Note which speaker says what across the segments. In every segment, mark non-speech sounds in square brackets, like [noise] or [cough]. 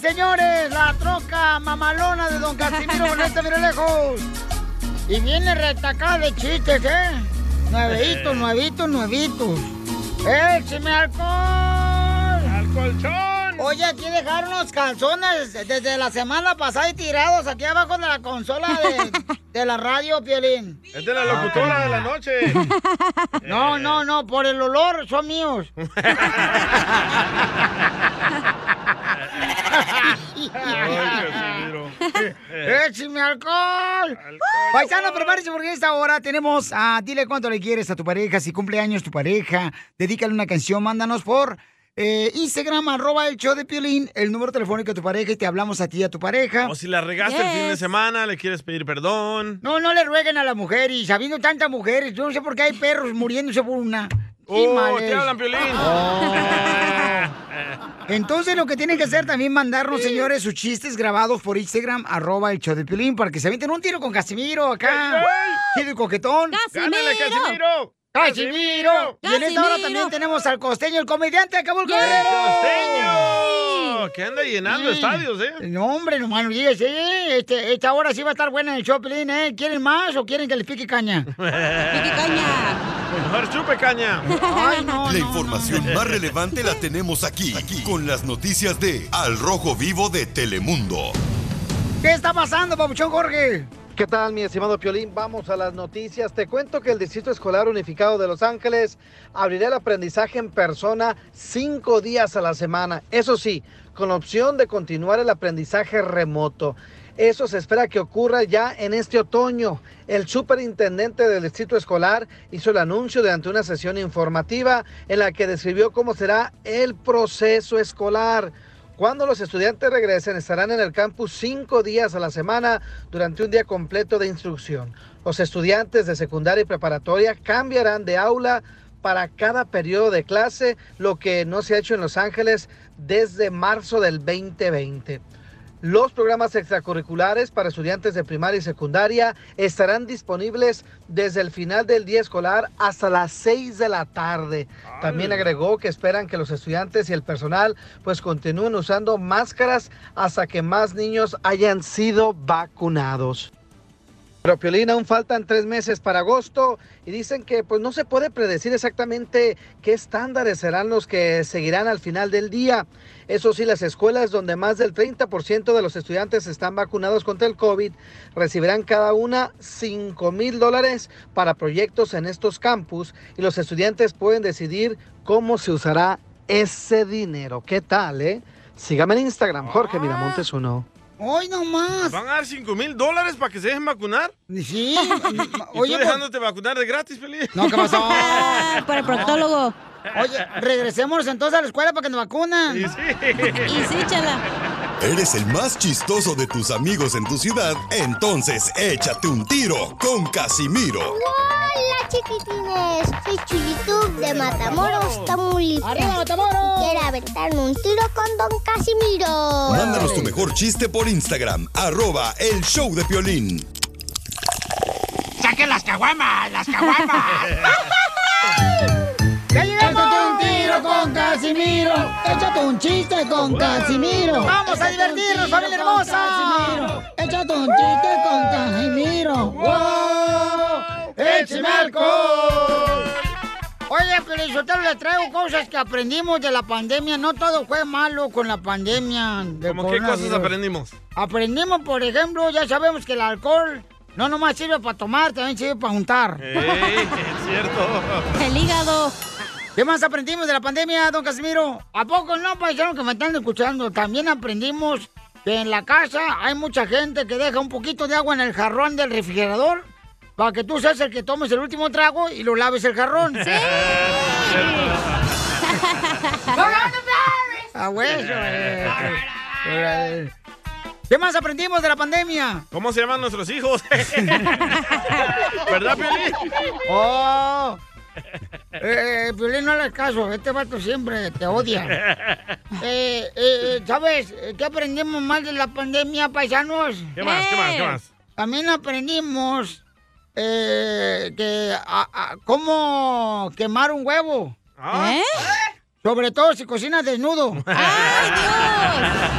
Speaker 1: señores, la troca mamalona de don Casimiro Boneta, mira lejos. Y viene retacada de chistes, ¿eh? Nuevitos, nuevitos, nuevitos. ¡Écheme alcohol! ¡Al
Speaker 2: colchón!
Speaker 1: Oye, aquí dejaron los calzones desde la semana pasada y tirados aquí abajo de la consola de, de la radio, Piolín.
Speaker 2: Es de la locutora de la noche.
Speaker 1: [laughs] No, no, no, por el olor son míos. ¡Écheme alcohol! Paisano, prepárense porque esta hora tenemos a Dile cuánto le quieres a tu pareja, si cumple años tu pareja, dedícale una canción, mándanos por eh, Instagram, arroba el show de Piolín, el número telefónico de tu pareja y te hablamos a ti y a tu pareja.
Speaker 3: O si la regaste el fin de
Speaker 1: Yes.
Speaker 3: semana, le quieres pedir perdón.
Speaker 1: No, no le rueguen a la mujer y sabiendo tantas mujeres, yo no sé por qué hay perros muriéndose por una. Qué
Speaker 3: Oh,
Speaker 1: mal
Speaker 3: te
Speaker 1: es.
Speaker 3: hablan, Piolín.
Speaker 1: Ah. Entonces lo que tienen que hacer también mandarnos, señores, sus chistes grabados por Instagram, arroba el show de Piolín, para que se avienten un tiro con Casimiro acá. Tiro y coquetón.
Speaker 2: ¡Gánale, Casimiro!
Speaker 1: ¡Casimiro! Y en esta hora también tenemos al costeño, el comediante de Acapulco Guerrero.
Speaker 3: ¡Costeño! Que anda llenando
Speaker 1: Mm.
Speaker 3: estadios, ¿eh?
Speaker 1: No, hombre, no mano, digas, eh, este, esta hora sí va a estar buena en el show, Piolín, ¿eh? ¿Quieren más o quieren que les pique caña?
Speaker 3: ¡Pique caña!
Speaker 1: Pues
Speaker 3: Mejor chupe caña.
Speaker 1: Ay, no, no.
Speaker 4: La información más relevante la tenemos aquí, aquí, con las noticias de Al Rojo Vivo de Telemundo.
Speaker 1: ¿Qué está pasando, Papuchón Jorge?
Speaker 5: ¿Qué tal, mi estimado Piolín? Vamos a las noticias. Te cuento que el Distrito Escolar Unificado de Los Ángeles abrirá el aprendizaje en persona cinco días a la semana. Eso sí, con opción de continuar el aprendizaje remoto. Eso se espera que ocurra ya en este otoño. El superintendente del Distrito Escolar hizo el anuncio durante una sesión informativa en la que describió cómo será el proceso escolar. Cuando los estudiantes regresen, estarán en el campus cinco días a la semana durante un día completo de instrucción. Los estudiantes de secundaria y preparatoria cambiarán de aula para cada periodo de clase, lo que no se ha hecho en Los Ángeles desde marzo del 2020. Los programas extracurriculares para estudiantes de primaria y secundaria estarán disponibles desde el final del día escolar hasta las 6 de la tarde. También agregó que esperan que los estudiantes y el personal pues continúen usando máscaras hasta que más niños hayan sido vacunados. Pero Piolín, aún faltan tres meses para agosto y dicen que pues no se puede predecir exactamente qué estándares serán los que seguirán al final del día. Eso sí, las escuelas donde más del 30% de los estudiantes están vacunados contra el COVID recibirán cada una 5 mil dólares para proyectos en estos campus y los estudiantes pueden decidir cómo se usará ese dinero. ¿Qué tal, eh? Sígame en Instagram, Jorge Miramontes uno.
Speaker 1: [laughs] ¡Hoy nomás!
Speaker 3: ¿Van a dar 5 mil dólares para que se dejen vacunar?
Speaker 1: Sí.
Speaker 3: [laughs] ¿Y
Speaker 1: oye,
Speaker 3: tú
Speaker 1: por-
Speaker 3: dejándote vacunar de gratis, Felipe?
Speaker 1: No, ¿qué
Speaker 3: [laughs]
Speaker 1: pasó? Ah,
Speaker 3: Ah, Para
Speaker 1: el proctólogo. [laughs] Oye, regresemos entonces a la escuela para que nos vacunan. Y sí.
Speaker 3: Y
Speaker 6: sí,
Speaker 1: chala.
Speaker 4: ¿Eres el más chistoso de tus amigos en tu ciudad? Entonces échate un tiro con Casimiro.
Speaker 7: ¡Hola, chiquitines! Soy Chuyitub de Matamoros, Tamaulipas.
Speaker 1: ¡Arriba, Matamoros!
Speaker 7: Quiero aventarme un tiro con Don Casimiro.
Speaker 4: Mándanos tu mejor chiste por Instagram, arroba el show de Piolín.
Speaker 1: ¡Saquen las caguamas! ¡Las caguamas! ¡Ya llegamos! ¡Échate un tiro con Casimiro! ¡Échate un chiste con Casimiro! ¡Vamos a divertirnos, familia hermosa! ¡Échate un chiste con Casimiro! ¡Wow!
Speaker 2: ¡Écheme alcohol!
Speaker 1: Oye, Pelizotero, le traigo cosas que aprendimos de la pandemia. No todo fue malo con la pandemia. del
Speaker 3: ¿Cómo qué cosas
Speaker 1: coronavirus.
Speaker 3: aprendimos?
Speaker 1: Aprendimos, por ejemplo, ya sabemos que el alcohol no nomás sirve para tomar, también sirve para untar.
Speaker 2: Eh.
Speaker 3: ¡Ey! Es cierto.
Speaker 1: El hígado. ¿Qué más aprendimos de la pandemia, don Casimiro? ¿A poco no, paisano, que me están escuchando? También aprendimos que en la casa hay mucha gente que deja un poquito de agua en el jarrón del refrigerador para que tú seas el que tomes el último trago y lo laves el jarrón. ¡Sí! ¡A
Speaker 3: [laughs]
Speaker 1: hueso! eh. Eh. ¿Qué más aprendimos de la pandemia?
Speaker 3: ¿Cómo se llaman nuestros hijos? [laughs] ¿Verdad, Piolín?
Speaker 1: ¡Oh! Eh, eh, Piolín, no le hagas caso, este vato siempre te odia. Eh, eh, eh, ¿Sabes eh, qué aprendimos más de la pandemia, paisanos?
Speaker 2: ¿Qué más, qué más, qué más?
Speaker 1: También aprendimos
Speaker 2: Ah.
Speaker 1: eh, que a- a- cómo quemar un huevo. ¿Eh? Sobre todo si cocinas desnudo.
Speaker 2: ¡Ay,
Speaker 1: [laughs]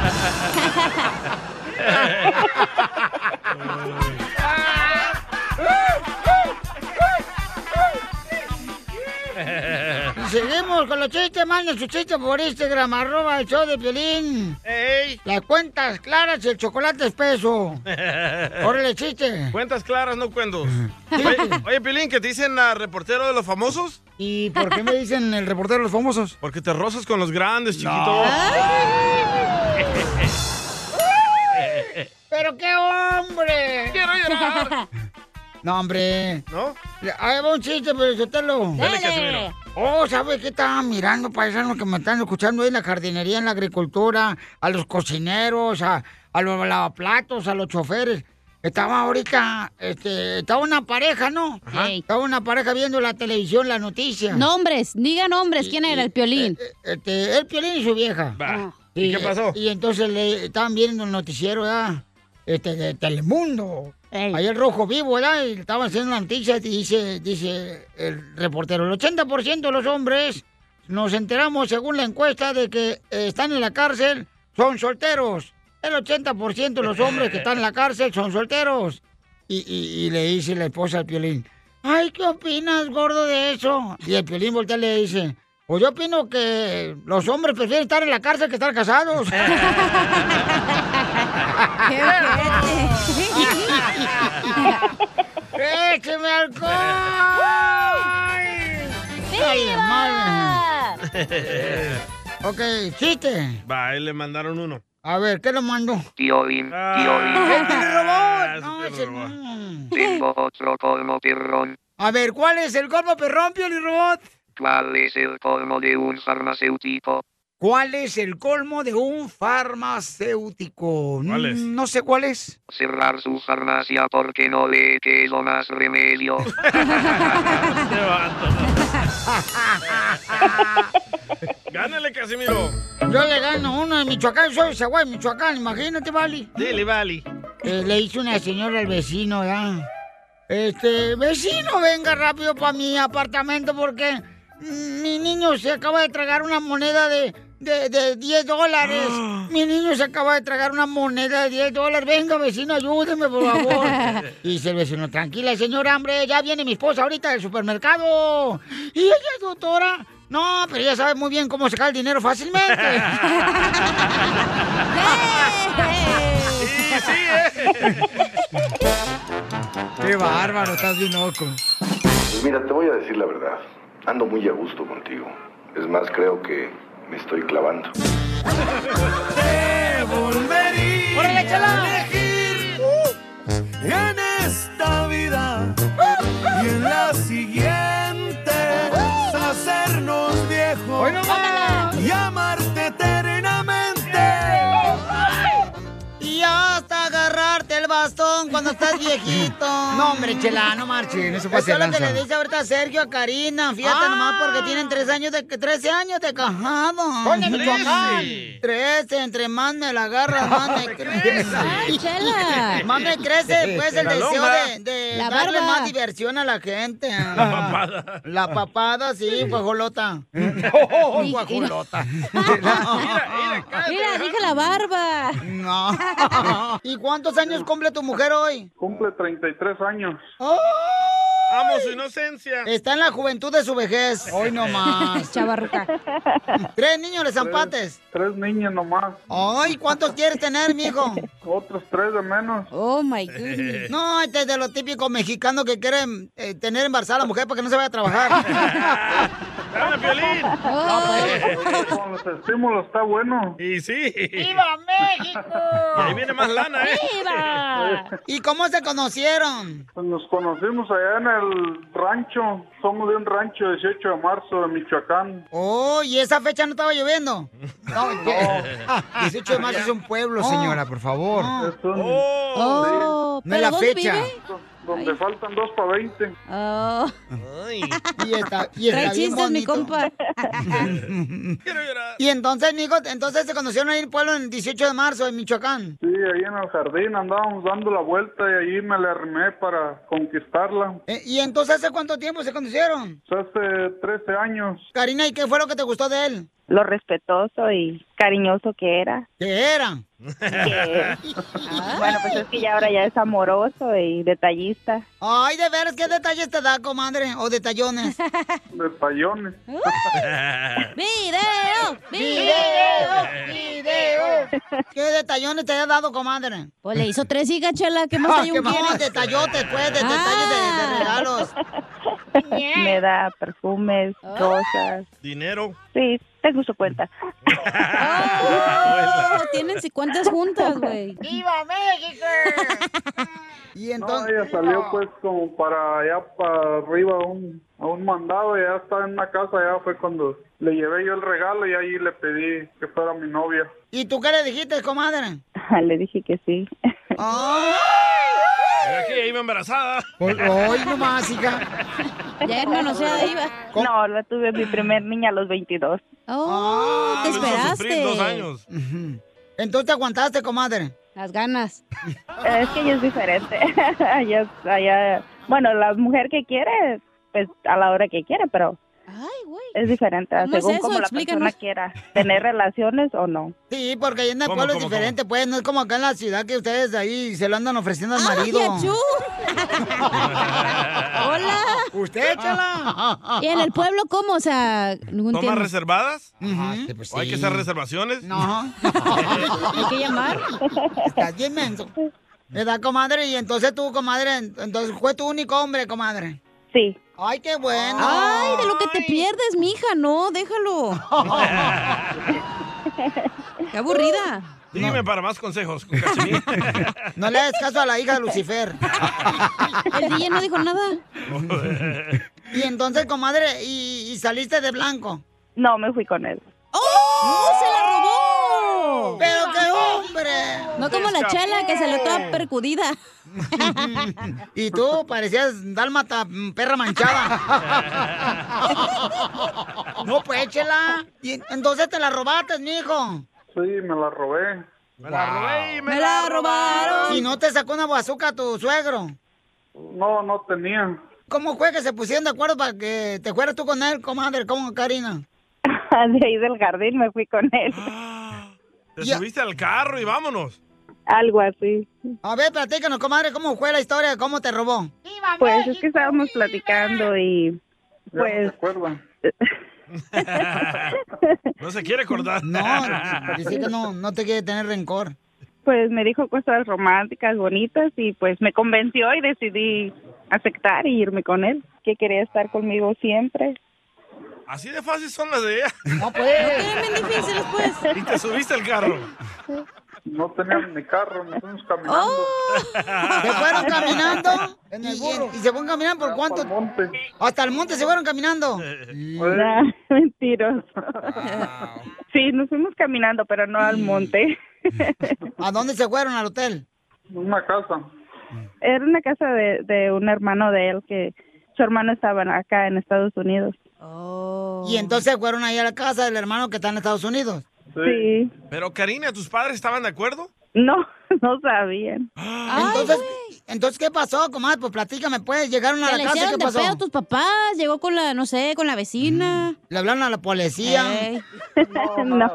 Speaker 1: Y seguimos con los chistes, manden sus chistes por Instagram, arroba el show de Piolín. Las cuentas claras y el chocolate
Speaker 3: [laughs]
Speaker 1: espeso. Órale, chiste.
Speaker 3: Cuentas claras, no
Speaker 1: [laughs]
Speaker 3: cuentos. Oye, oye, Pilín, ¿que te dicen ah, reportero de los famosos?
Speaker 1: ¿Y por qué me dicen el reportero de los famosos?
Speaker 3: Porque te rozas con los grandes, chiquito.
Speaker 1: [laughs] ¡Pero qué hombre! ¡Quiero [laughs] llorar! No, hombre. ¿No? Ahí va un chiste, pero yo te lo.
Speaker 2: Dale, Casimiro.
Speaker 1: Oh, ¿sabes qué estaba mirando, paisanos, que me están escuchando ahí en la jardinería, en la agricultura, a los cocineros, a, a los lavaplatos, a los choferes? Estaba ahorita, este, estaba una pareja, ¿no? Estaba una pareja viendo la televisión, la noticia.
Speaker 6: Nombres, diga nombres, ¿quién era el piolín?
Speaker 1: Este, el piolín y su vieja.
Speaker 6: ¿Y qué pasó?
Speaker 1: Y entonces le estaban viendo el noticiero, ¿verdad? Este, de Telemundo. Ahí el rojo vivo, ¿verdad? Y estaban haciendo la noticia y dice, dice el reportero, el 80% de los hombres nos enteramos según la encuesta de que eh, están en la cárcel son solteros. El 80% de los hombres que están en la cárcel son solteros. Y, y- y le dice la esposa al piolín, Ay, ¿qué opinas, gordo, de eso? Y el piolín voltea y le dice, pues yo opino que los hombres prefieren estar en la cárcel que estar casados. [laughs] [laughs] ¡Écheme alcohol! ¡Dale, madre! Ok, chiste.
Speaker 3: Va, ahí le mandaron uno. Ah,
Speaker 1: A ver, ¿qué lo mando?
Speaker 8: Tío Bin, tío
Speaker 1: ¡El
Speaker 8: Bin.
Speaker 1: robot! No, ese no.
Speaker 8: Tengo otro colmo perrón.
Speaker 1: A ver, ¿cuál es el colmo perrón, Pioli Robot?
Speaker 8: ¿Cuál es el colmo de un farmacéutico?
Speaker 1: ¿Cuál es el colmo de un farmacéutico? Mm,
Speaker 8: ¿Cuál es?
Speaker 1: No sé cuál
Speaker 8: [laughs]
Speaker 1: es.
Speaker 8: Cerrar su farmacia porque no le quedó
Speaker 1: [laughs]
Speaker 8: más remedio.
Speaker 3: Gánale, Casimiro.
Speaker 1: Yo le gano uno de Michoacán, soy Zaguay, Michoacán, imagínate, Vali.
Speaker 3: Dile, Vali.
Speaker 1: Eh, le hizo una señora al vecino, ¿ya? Este, vecino, venga rápido para mi apartamento porque mi niño se acaba de tragar una moneda de, de, de 10 dólares. Mi niño se acaba de tragar una moneda de 10 dólares. Venga, vecino, ayúdeme, por favor. Y dice el vecino, tranquila, señora, hombre, ya viene mi esposa ahorita del supermercado. Y ella es doctora. No, pero ella sabe muy bien cómo sacar el dinero fácilmente. eh. Qué bárbaro, estás bien loco.
Speaker 9: Pues mira, te voy a decir la verdad. Ando muy a gusto contigo. Es más, creo que me estoy clavando.
Speaker 2: ¡Órale,
Speaker 1: chela!
Speaker 2: En esta vida y en la siguiente, hacernos viejos y amarte eternamente.
Speaker 1: Y hasta agarrarte el bastón [laughs] cuando estás viejito. No, hombre, chela, no marchen. Eso
Speaker 2: pasa
Speaker 1: es
Speaker 2: de
Speaker 1: lo que
Speaker 2: lanza.
Speaker 1: le dice ahorita Sergio a Karina. Fíjate nomás porque tienen tres años de, 13 años de cajado.
Speaker 2: Ponle
Speaker 1: Trece.
Speaker 2: Michoacán.
Speaker 1: Trece, entre más me la [laughs] agarra, más me crece. [laughs]
Speaker 2: Ay, chela.
Speaker 1: Más me crece después el
Speaker 2: La
Speaker 1: deseo
Speaker 2: lomba.
Speaker 1: de, de
Speaker 2: La
Speaker 1: darle
Speaker 2: barba.
Speaker 1: más diversión a la gente. La
Speaker 2: papada.
Speaker 1: La papada, sí, [laughs] guajolota. guajolota. [laughs]
Speaker 6: Mira, dije la barba.
Speaker 1: No. [laughs] ¿Y cuántos años cumple tu mujer hoy?
Speaker 10: Cumple 33 años.
Speaker 1: Amo su inocencia. Está en la juventud de su vejez. Hoy nomás. [laughs] Chavarruca. Tres niños de zampates.
Speaker 10: Tres niños nomás.
Speaker 1: Ay, ¿cuántos quieres tener, mijo?
Speaker 10: Otros tres de menos.
Speaker 1: Oh my goodness. No, este es de los típicos mexicanos que quieren eh, tener embarazada a la mujer para que no se vaya a trabajar. [laughs] pues.
Speaker 3: ¡Dame, Piolín!
Speaker 1: Oh.
Speaker 10: Con los estímulos está bueno.
Speaker 3: Y sí.
Speaker 1: ¡Viva México!
Speaker 3: Y ahí viene más lana, ¿eh?
Speaker 1: ¿Y cómo se conocieron?
Speaker 10: Pues Nos conocimos allá en el rancho. Somos de un rancho 18 de marzo de Michoacán.
Speaker 1: Oh, ¿y esa fecha no estaba lloviendo? No, no. 18 de marzo es un pueblo, señora, por favor.
Speaker 10: Es un-
Speaker 1: Oh,
Speaker 10: Sí.
Speaker 1: no es la fecha.
Speaker 10: Donde faltan dos para 20.
Speaker 1: Y está, y está bien
Speaker 10: Trae chistes, mi
Speaker 1: bonito. [laughs] Y entonces, mijo, entonces se conocieron ahí en el pueblo el 18 de marzo en Michoacán.
Speaker 10: Sí, ahí en el jardín, andábamos dando la vuelta y ahí me la armé para conquistarla.
Speaker 1: Eh,
Speaker 10: Pues
Speaker 1: ¿Y entonces hace cuánto tiempo se conocieron?
Speaker 10: Hace 13 años.
Speaker 1: Karina, ¿y qué fue lo que te gustó de él?
Speaker 11: Lo respetuoso y cariñoso que era.
Speaker 1: ¿Qué era?
Speaker 11: Que- bueno, pues es que ya ahora ya es amoroso y detallista.
Speaker 1: Ay, de veras, ¿qué detalles te da, comadre? ¿O detallones?
Speaker 10: De payones.
Speaker 3: [laughs]
Speaker 1: ¡Video!
Speaker 6: ¡Video!
Speaker 1: ¡Video! ¿Qué detallones te ha dado, comadre?
Speaker 6: Pues le hizo tres hijas, chela. ¿Qué más
Speaker 1: Ah,
Speaker 6: hay
Speaker 1: qué
Speaker 6: un Ah.
Speaker 1: mamón, detallotes, pues, de detalles de, de regalos.
Speaker 11: Me da perfumes,
Speaker 6: Oh.
Speaker 11: cosas.
Speaker 3: Dinero.
Speaker 11: Sí, tengo su cuenta. [laughs]
Speaker 6: Oh, Tienen si cuentas juntas, güey.
Speaker 1: ¡Viva México! y
Speaker 10: No, ella salió pues como para allá para arriba a un, a un mandado y ya está en la casa, ya fue cuando le llevé yo el regalo y ahí le pedí que fuera mi novia.
Speaker 1: ¿Y tú qué le dijiste, comadre?
Speaker 11: Le dije que sí.
Speaker 1: ¡Ay!
Speaker 6: Ah.
Speaker 3: Mira que iba embarazada.
Speaker 1: ¡Ay, Pues, nomás, hija!
Speaker 6: Ya no, no sea iba.
Speaker 11: No, la tuve mi primer niña a los 22.
Speaker 6: Oh, te esperaste.
Speaker 1: Ujú. Entonces te aguantaste, comadre.
Speaker 6: Las ganas.
Speaker 11: Es que ella es diferente. [laughs] Ella es- ella- bueno, la mujer que quiere, pues a la hora que quiere, pero es diferente.
Speaker 1: ¿Cómo es
Speaker 11: según
Speaker 1: eso?
Speaker 11: como la
Speaker 1: Explícanos.
Speaker 11: persona quiera tener relaciones o no. [laughs]
Speaker 1: Sí, porque allá en el
Speaker 11: ¿Cómo,
Speaker 1: pueblo
Speaker 11: cómo,
Speaker 1: es diferente, pues. No es como acá en la ciudad que ustedes ahí se lo andan ofreciendo
Speaker 6: Ah,
Speaker 1: al marido.
Speaker 6: achú! ¡Hola!
Speaker 1: [laughs] ¡Usted, chela!
Speaker 6: ¿Y en el pueblo cómo? O sea, no
Speaker 3: ¿Tomas
Speaker 6: entiendo.
Speaker 3: reservadas? pues ¿O hay que
Speaker 1: sí.
Speaker 3: hacer reservaciones?
Speaker 1: Pues
Speaker 3: [laughs]
Speaker 1: No.
Speaker 6: Hay que llamar.
Speaker 1: Estás bien menso. ¿Verdad, comadre? Y entonces tú, comadre, en- entonces fue tu único hombre, comadre.
Speaker 11: Sí.
Speaker 1: Ay, qué bueno.
Speaker 6: Ay, de lo que te pierdes, mija, no,
Speaker 1: [laughs]
Speaker 6: déjalo. Qué aburrida.
Speaker 3: Dígame para más consejos. con
Speaker 1: [laughs]
Speaker 3: Casimiro.
Speaker 1: No le hagas caso a la hija de Lucifer.
Speaker 6: [laughs] El DJ no dijo nada.
Speaker 1: Y entonces, comadre, y, y saliste de blanco.
Speaker 11: No, me fui con él.
Speaker 6: ¡Oh! ¡Se la robó!
Speaker 1: ¡Pero qué hombre!
Speaker 6: ¡Oh! No como la chela que salió toda percudida.
Speaker 1: [laughs] Y tú parecías dálmata, mm, perra
Speaker 6: [laughs]
Speaker 1: manchada. No, pues échela. Y en- entonces te la robaste, mijo.
Speaker 10: Sí, me la robé.
Speaker 3: Me la robé
Speaker 1: me, la robaron. Y no te sacó una bazuca tu suegro.
Speaker 10: No, no tenía.
Speaker 1: ¿Cómo fue que se pusieron de acuerdo para que te fueras tú con él, comadre? ¿Cómo, Karina? Ah.
Speaker 11: De ahí del jardín me fui con él.
Speaker 3: Te subiste al carro y vámonos.
Speaker 11: Algo así.
Speaker 1: A ver, platícanos, comadre, ¿cómo fue la historia? ¿Cómo te robó?
Speaker 11: Pues es que estábamos platicando y pues
Speaker 6: [laughs]
Speaker 3: no se quiere acordar.
Speaker 1: No, Dice
Speaker 3: [laughs]
Speaker 1: que no, no te quiere tener rencor.
Speaker 11: pues me dijo cosas románticas, bonitas y pues me convenció y decidí aceptar y irme con él, que quería estar conmigo siempre.
Speaker 3: Así de fácil son las de ella.
Speaker 1: No,
Speaker 6: bien difíciles, pues.
Speaker 3: [laughs] Y te subiste al carro.
Speaker 10: [laughs] No teníamos ni carro, nos fuimos caminando.
Speaker 1: ¿Se [laughs] fueron caminando? Oh. ¿Y, y- y se fueron caminando por cuánto? Hasta el monte. se fueron [laughs] caminando.
Speaker 11: Nah, [laughs] mentiros. Ah,
Speaker 1: Ah.
Speaker 11: Sí, nos fuimos caminando, pero no al monte.
Speaker 1: Mm. ¿A dónde se fueron al hotel?
Speaker 10: Una casa.
Speaker 11: [laughs] Era una casa de, de un hermano de él que su hermano estaba acá en Estados Unidos. Oh.
Speaker 1: Y entonces fueron ahí a la casa del hermano que está en Estados Unidos.
Speaker 11: Sí.
Speaker 3: Pero Karina, ¿tus padres estaban de acuerdo?
Speaker 11: No, [laughs] no sabían.
Speaker 1: Entonces, entonces ¿qué pasó, comadre? Pues platícame, pues. Llegaron a
Speaker 6: Se
Speaker 1: la
Speaker 6: le
Speaker 1: casa,
Speaker 6: hicieron
Speaker 1: ¿qué
Speaker 6: de
Speaker 1: pasó?
Speaker 6: pedo tus papás, llegó con la, no sé, con la vecina.
Speaker 1: Le hablaron a la policía.
Speaker 6: [laughs] Ey.
Speaker 11: No,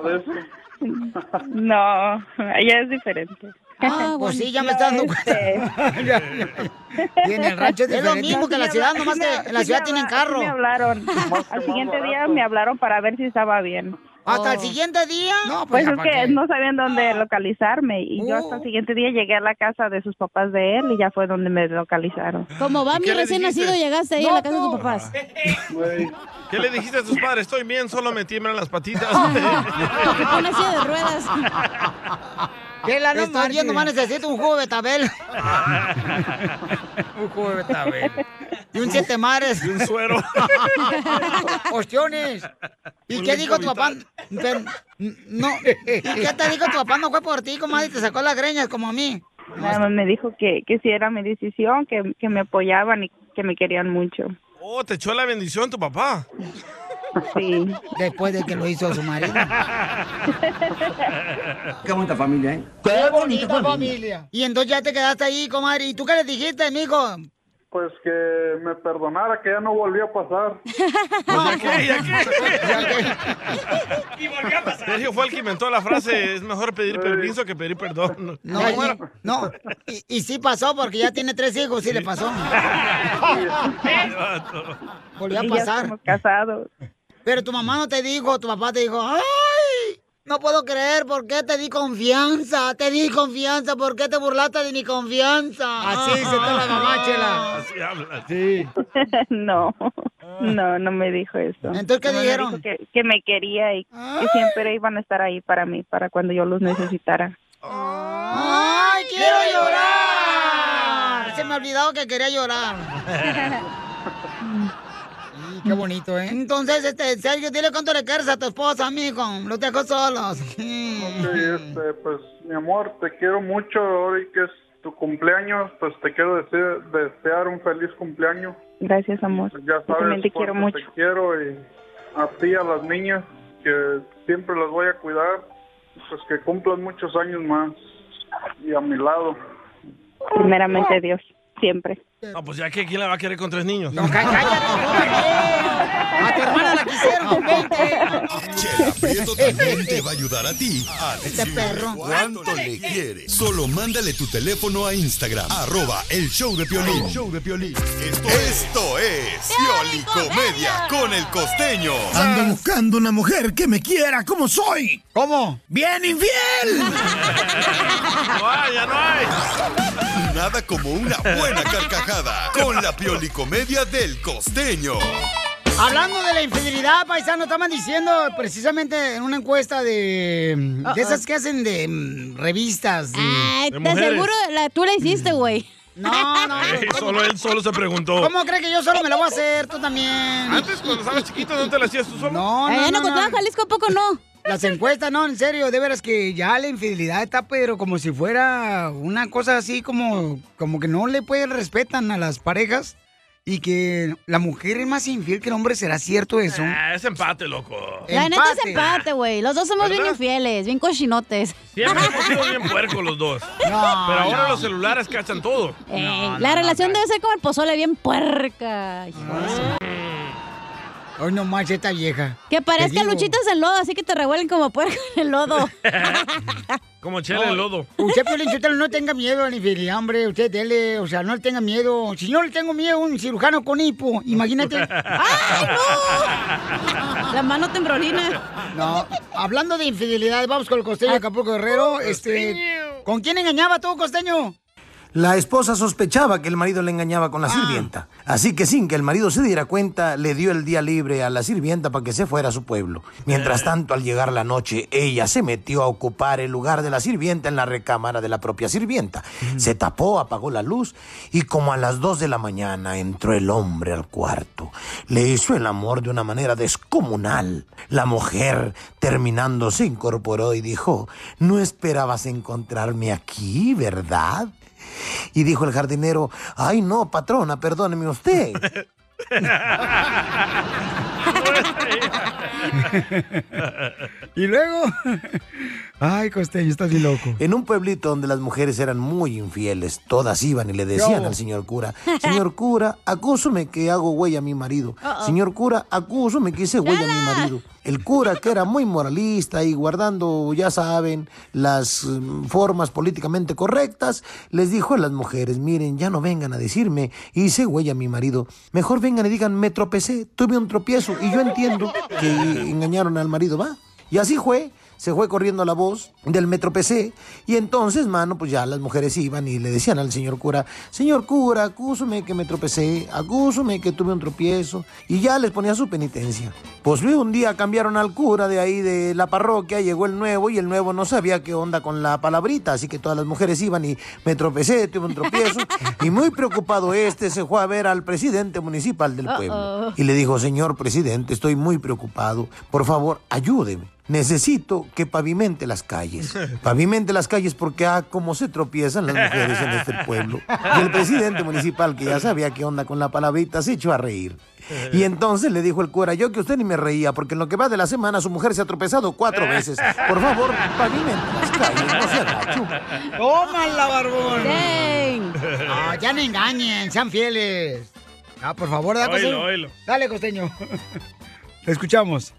Speaker 11: no, ella es diferente. Este.
Speaker 1: Ah, pues sí, ya
Speaker 11: [laughs]
Speaker 1: me está dando cuenta. Y en el rancho es
Speaker 11: [laughs] Es lo
Speaker 1: diferente.
Speaker 11: mismo que en la ciudad, nomás que en la ciudad tienen carro. hablaron. Al siguiente día me hablaron para ver si estaba bien.
Speaker 1: ¿Hasta el siguiente día? No,
Speaker 11: Oh. Pues
Speaker 1: ya
Speaker 11: es
Speaker 1: pa'
Speaker 11: que
Speaker 1: qué.
Speaker 11: no sabían dónde localizarme y yo hasta
Speaker 1: Ah. Oh.
Speaker 11: el siguiente día llegué a la casa de sus papás de él y ya fue donde me localizaron.
Speaker 6: Como va mi recién nacido, llegaste ahí a la casa de tus papás. Eh,
Speaker 3: ¿Qué le dijiste a tus padres? Estoy bien, solo me tiemblan las
Speaker 1: [laughs]
Speaker 3: patitas.
Speaker 6: Una silla de ruedas.
Speaker 1: Que la no
Speaker 6: Está
Speaker 1: María,
Speaker 6: bien.
Speaker 1: nomás necesito un jugo de betabel.
Speaker 2: Un juego está bien.
Speaker 1: Y un siete mares. Y
Speaker 3: un
Speaker 1: [laughs]
Speaker 3: suero.
Speaker 1: Cuestiones. ¿Y
Speaker 2: Un
Speaker 1: qué dijo tu papá?
Speaker 2: lento
Speaker 1: Pero, n- no. ¿Y qué te dijo tu papá? No fue por ti, comadre, y te sacó las greñas como a mí.
Speaker 11: Nada más me dijo que, que si era mi decisión,
Speaker 1: [laughs]
Speaker 11: que, que me apoyaban y que me querían mucho.
Speaker 3: Oh, te echó la bendición tu papá.
Speaker 12: Sí.
Speaker 1: Después de que lo hizo su marido.
Speaker 13: Qué bonita familia, ¿eh?
Speaker 1: Y entonces ya te quedaste ahí, comadre. ¿Y tú qué le dijiste, mijo?
Speaker 10: Pues que me perdonara, que ya no volvió a pasar.
Speaker 3: Sergio fue el que inventó la frase, es mejor pedir permiso que pedir perdón.
Speaker 1: No, y, no. Y, y sí pasó porque ya tiene tres hijos, sí le pasó. Volvió a
Speaker 12: Sí, ya
Speaker 1: pasar.
Speaker 12: estamos casados.
Speaker 1: Pero tu mamá no te dijo, tu papá te dijo, ¡ay! No puedo creer, ¿por qué te di confianza? Te di confianza, ¿por qué te burlaste de mi confianza?
Speaker 2: Así se está la mamá, Chela.
Speaker 3: Ah, Así habla.
Speaker 12: Sí. no, no, no me dijo eso.
Speaker 1: Ah. Entonces, ¿qué
Speaker 12: Nomás me
Speaker 1: dijeron? Ah.
Speaker 12: dijo Que, que me quería y que siempre iban a estar ahí para mí, para cuando yo los necesitara.
Speaker 1: ¡Ay, quiero llorar! Se me ha olvidado que quería llorar.
Speaker 2: Mm.
Speaker 1: Y qué bonito, ¿eh? Entonces, este, Sergio, dile cuánto le quieres a tu esposa, mijo. Los dejo solos.
Speaker 10: Sí, este, pues, mi amor, te quiero mucho. Hoy que es tu cumpleaños, pues te quiero dese- desear un feliz cumpleaños.
Speaker 12: Gracias, amor.
Speaker 10: Pues Ya
Speaker 12: Yo
Speaker 10: sabes
Speaker 12: también te quiero
Speaker 10: cuánto te quiero y a ti, a las niñas, que siempre las voy a cuidar. Pues que cumplan muchos años más y a mi lado.
Speaker 12: Primeramente Dios, siempre.
Speaker 3: No, pues ya que quién la va a querer con tres niños. [laughs]
Speaker 1: A tu hermana la quisieron con 20.
Speaker 4: Chela Prieto también te va a ayudar a ti a
Speaker 1: Este
Speaker 4: decirle
Speaker 1: perro.
Speaker 4: cuánto le quieres. Solo mándale tu teléfono a Instagram, arroba el show de Piolín. Esto, esto es Pioli Comedia con el costeño.
Speaker 14: Ando buscando una mujer que me quiera como soy.
Speaker 1: ¿Cómo?
Speaker 14: ¡Bien infiel!
Speaker 4: No hay, ya no hay. Nada como una buena carcajada con la Pioli Comedia del costeño.
Speaker 1: Hablando de la infidelidad, paisano, estaban diciendo precisamente en una encuesta de, de
Speaker 6: Uh-oh.
Speaker 1: esas que hacen de mm, revistas. de-
Speaker 6: Ay, te seguro la, tú la hiciste, güey.
Speaker 1: No, no.
Speaker 3: Ey, solo él solo se preguntó.
Speaker 1: ¿Cómo crees que yo solo me la voy a hacer? Tú también. Antes,
Speaker 3: cuando estabas chiquito, ¿no te la hacías tú solo?
Speaker 1: No,
Speaker 3: Allá
Speaker 1: no,
Speaker 3: en
Speaker 1: no.
Speaker 3: Ocotlán,
Speaker 1: Jalisco, ¿a poco no? Las encuestas, no, en serio, de veras que ya la infidelidad está, pero como si fuera una cosa así como, como que no le pueden respetan a las parejas y que la mujer es más infiel que el hombre, ¿será cierto eso?
Speaker 3: Ah, es empate, loco.
Speaker 6: La neta es empate, güey. Los dos somos bien
Speaker 3: ¿Verdad?
Speaker 6: infieles, bien cochinotes.
Speaker 3: Siempre hemos sido bien puercos los dos.
Speaker 6: No,
Speaker 3: Pero ahora
Speaker 6: no.
Speaker 3: los celulares cachan todo.
Speaker 6: Ey,
Speaker 1: Eh,
Speaker 6: la relación debe ser como el pozole, bien puerca.
Speaker 1: Hoy no más esta [laughs] vieja.
Speaker 6: Que
Speaker 1: Te
Speaker 6: parezca
Speaker 1: digo.
Speaker 6: luchitas en lodo, así que te revuelven como puerca en el lodo.
Speaker 3: Como chela el lodo.
Speaker 1: Usted, Piolín Sotelo, no tenga miedo a la infidelidad, hombre. Usted, dele, o sea, no le tenga miedo. Si no le tengo miedo a un cirujano con hipo, imagínate. ¡Ay, no! [laughs] La
Speaker 3: [laughs]
Speaker 1: mano temblorina. No, hablando de infidelidad, vamos con el costeño de Acapulco Guerrero. Este, ¿Con quién engañaba tú, [laughs] costeño?
Speaker 14: La esposa sospechaba que el marido le engañaba con la sirvienta, así que sin que el marido se diera cuenta, le dio el día libre a la sirvienta para que se fuera a su pueblo. Mientras tanto, al llegar la noche, ella se metió a ocupar el lugar de la sirvienta en la recámara de la propia sirvienta. Se tapó, apagó la luz y como a las dos de la mañana entró el hombre al cuarto. Le hizo el amor de una manera descomunal. La mujer, terminando, se incorporó y dijo, no esperabas encontrarme aquí, ¿verdad? Y dijo el jardinero, ay no, patrona, perdóneme usted.
Speaker 3: este.
Speaker 1: y luego, [laughs] ay costeño, estás bien loco.
Speaker 14: En un pueblito donde las mujeres eran muy infieles, todas iban y le decían
Speaker 15: No.
Speaker 14: al señor cura, señor cura, acúsome que hago güey a mi marido.
Speaker 15: Uh-oh.
Speaker 14: Señor cura, acúsome que hice güey a mi marido. El cura que era muy moralista y guardando, ya saben, las mm, formas políticamente correctas, les dijo a las mujeres, miren, ya no vengan a decirme, hice güey a mi marido. Mejor vengan y digan, me tropecé, tuve un tropiezo y yo entiendo que engañaron al marido, va. Y así fue. Se fue corriendo la voz del Metro PC y entonces, mano, pues ya las mujeres iban y le decían al señor cura, señor cura, acúsame que me tropecé, acúsame que tuve un tropiezo y ya les ponía su penitencia. Pues luego un día cambiaron al cura de ahí de la parroquia, llegó el nuevo y el nuevo no sabía qué onda con la palabrita, así que todas las mujeres iban y me tropecé, tuve un tropiezo y muy preocupado este se fue a ver al presidente municipal del pueblo
Speaker 15: Uh-oh.
Speaker 14: y le dijo, señor presidente, estoy muy preocupado, por favor, ayúdeme. necesito que pavimente las calles. Pavimente las calles porque, ah, cómo se tropiezan las mujeres en este pueblo. Y el presidente municipal, que ya sabía qué onda con la palabrita, se echó a reír. Y entonces le dijo el cura, yo que usted ni me reía, porque en lo que va de la semana su mujer se ha tropezado cuatro veces. Por favor, pavimente las calles, no sea gacho.
Speaker 1: ¡Tómala, barbón! Ah, ya no engañen, sean fieles. Ah, por favor, da
Speaker 14: Oilo,
Speaker 1: costeño.
Speaker 14: oilo.
Speaker 1: Dale, costeño. Escuchamos.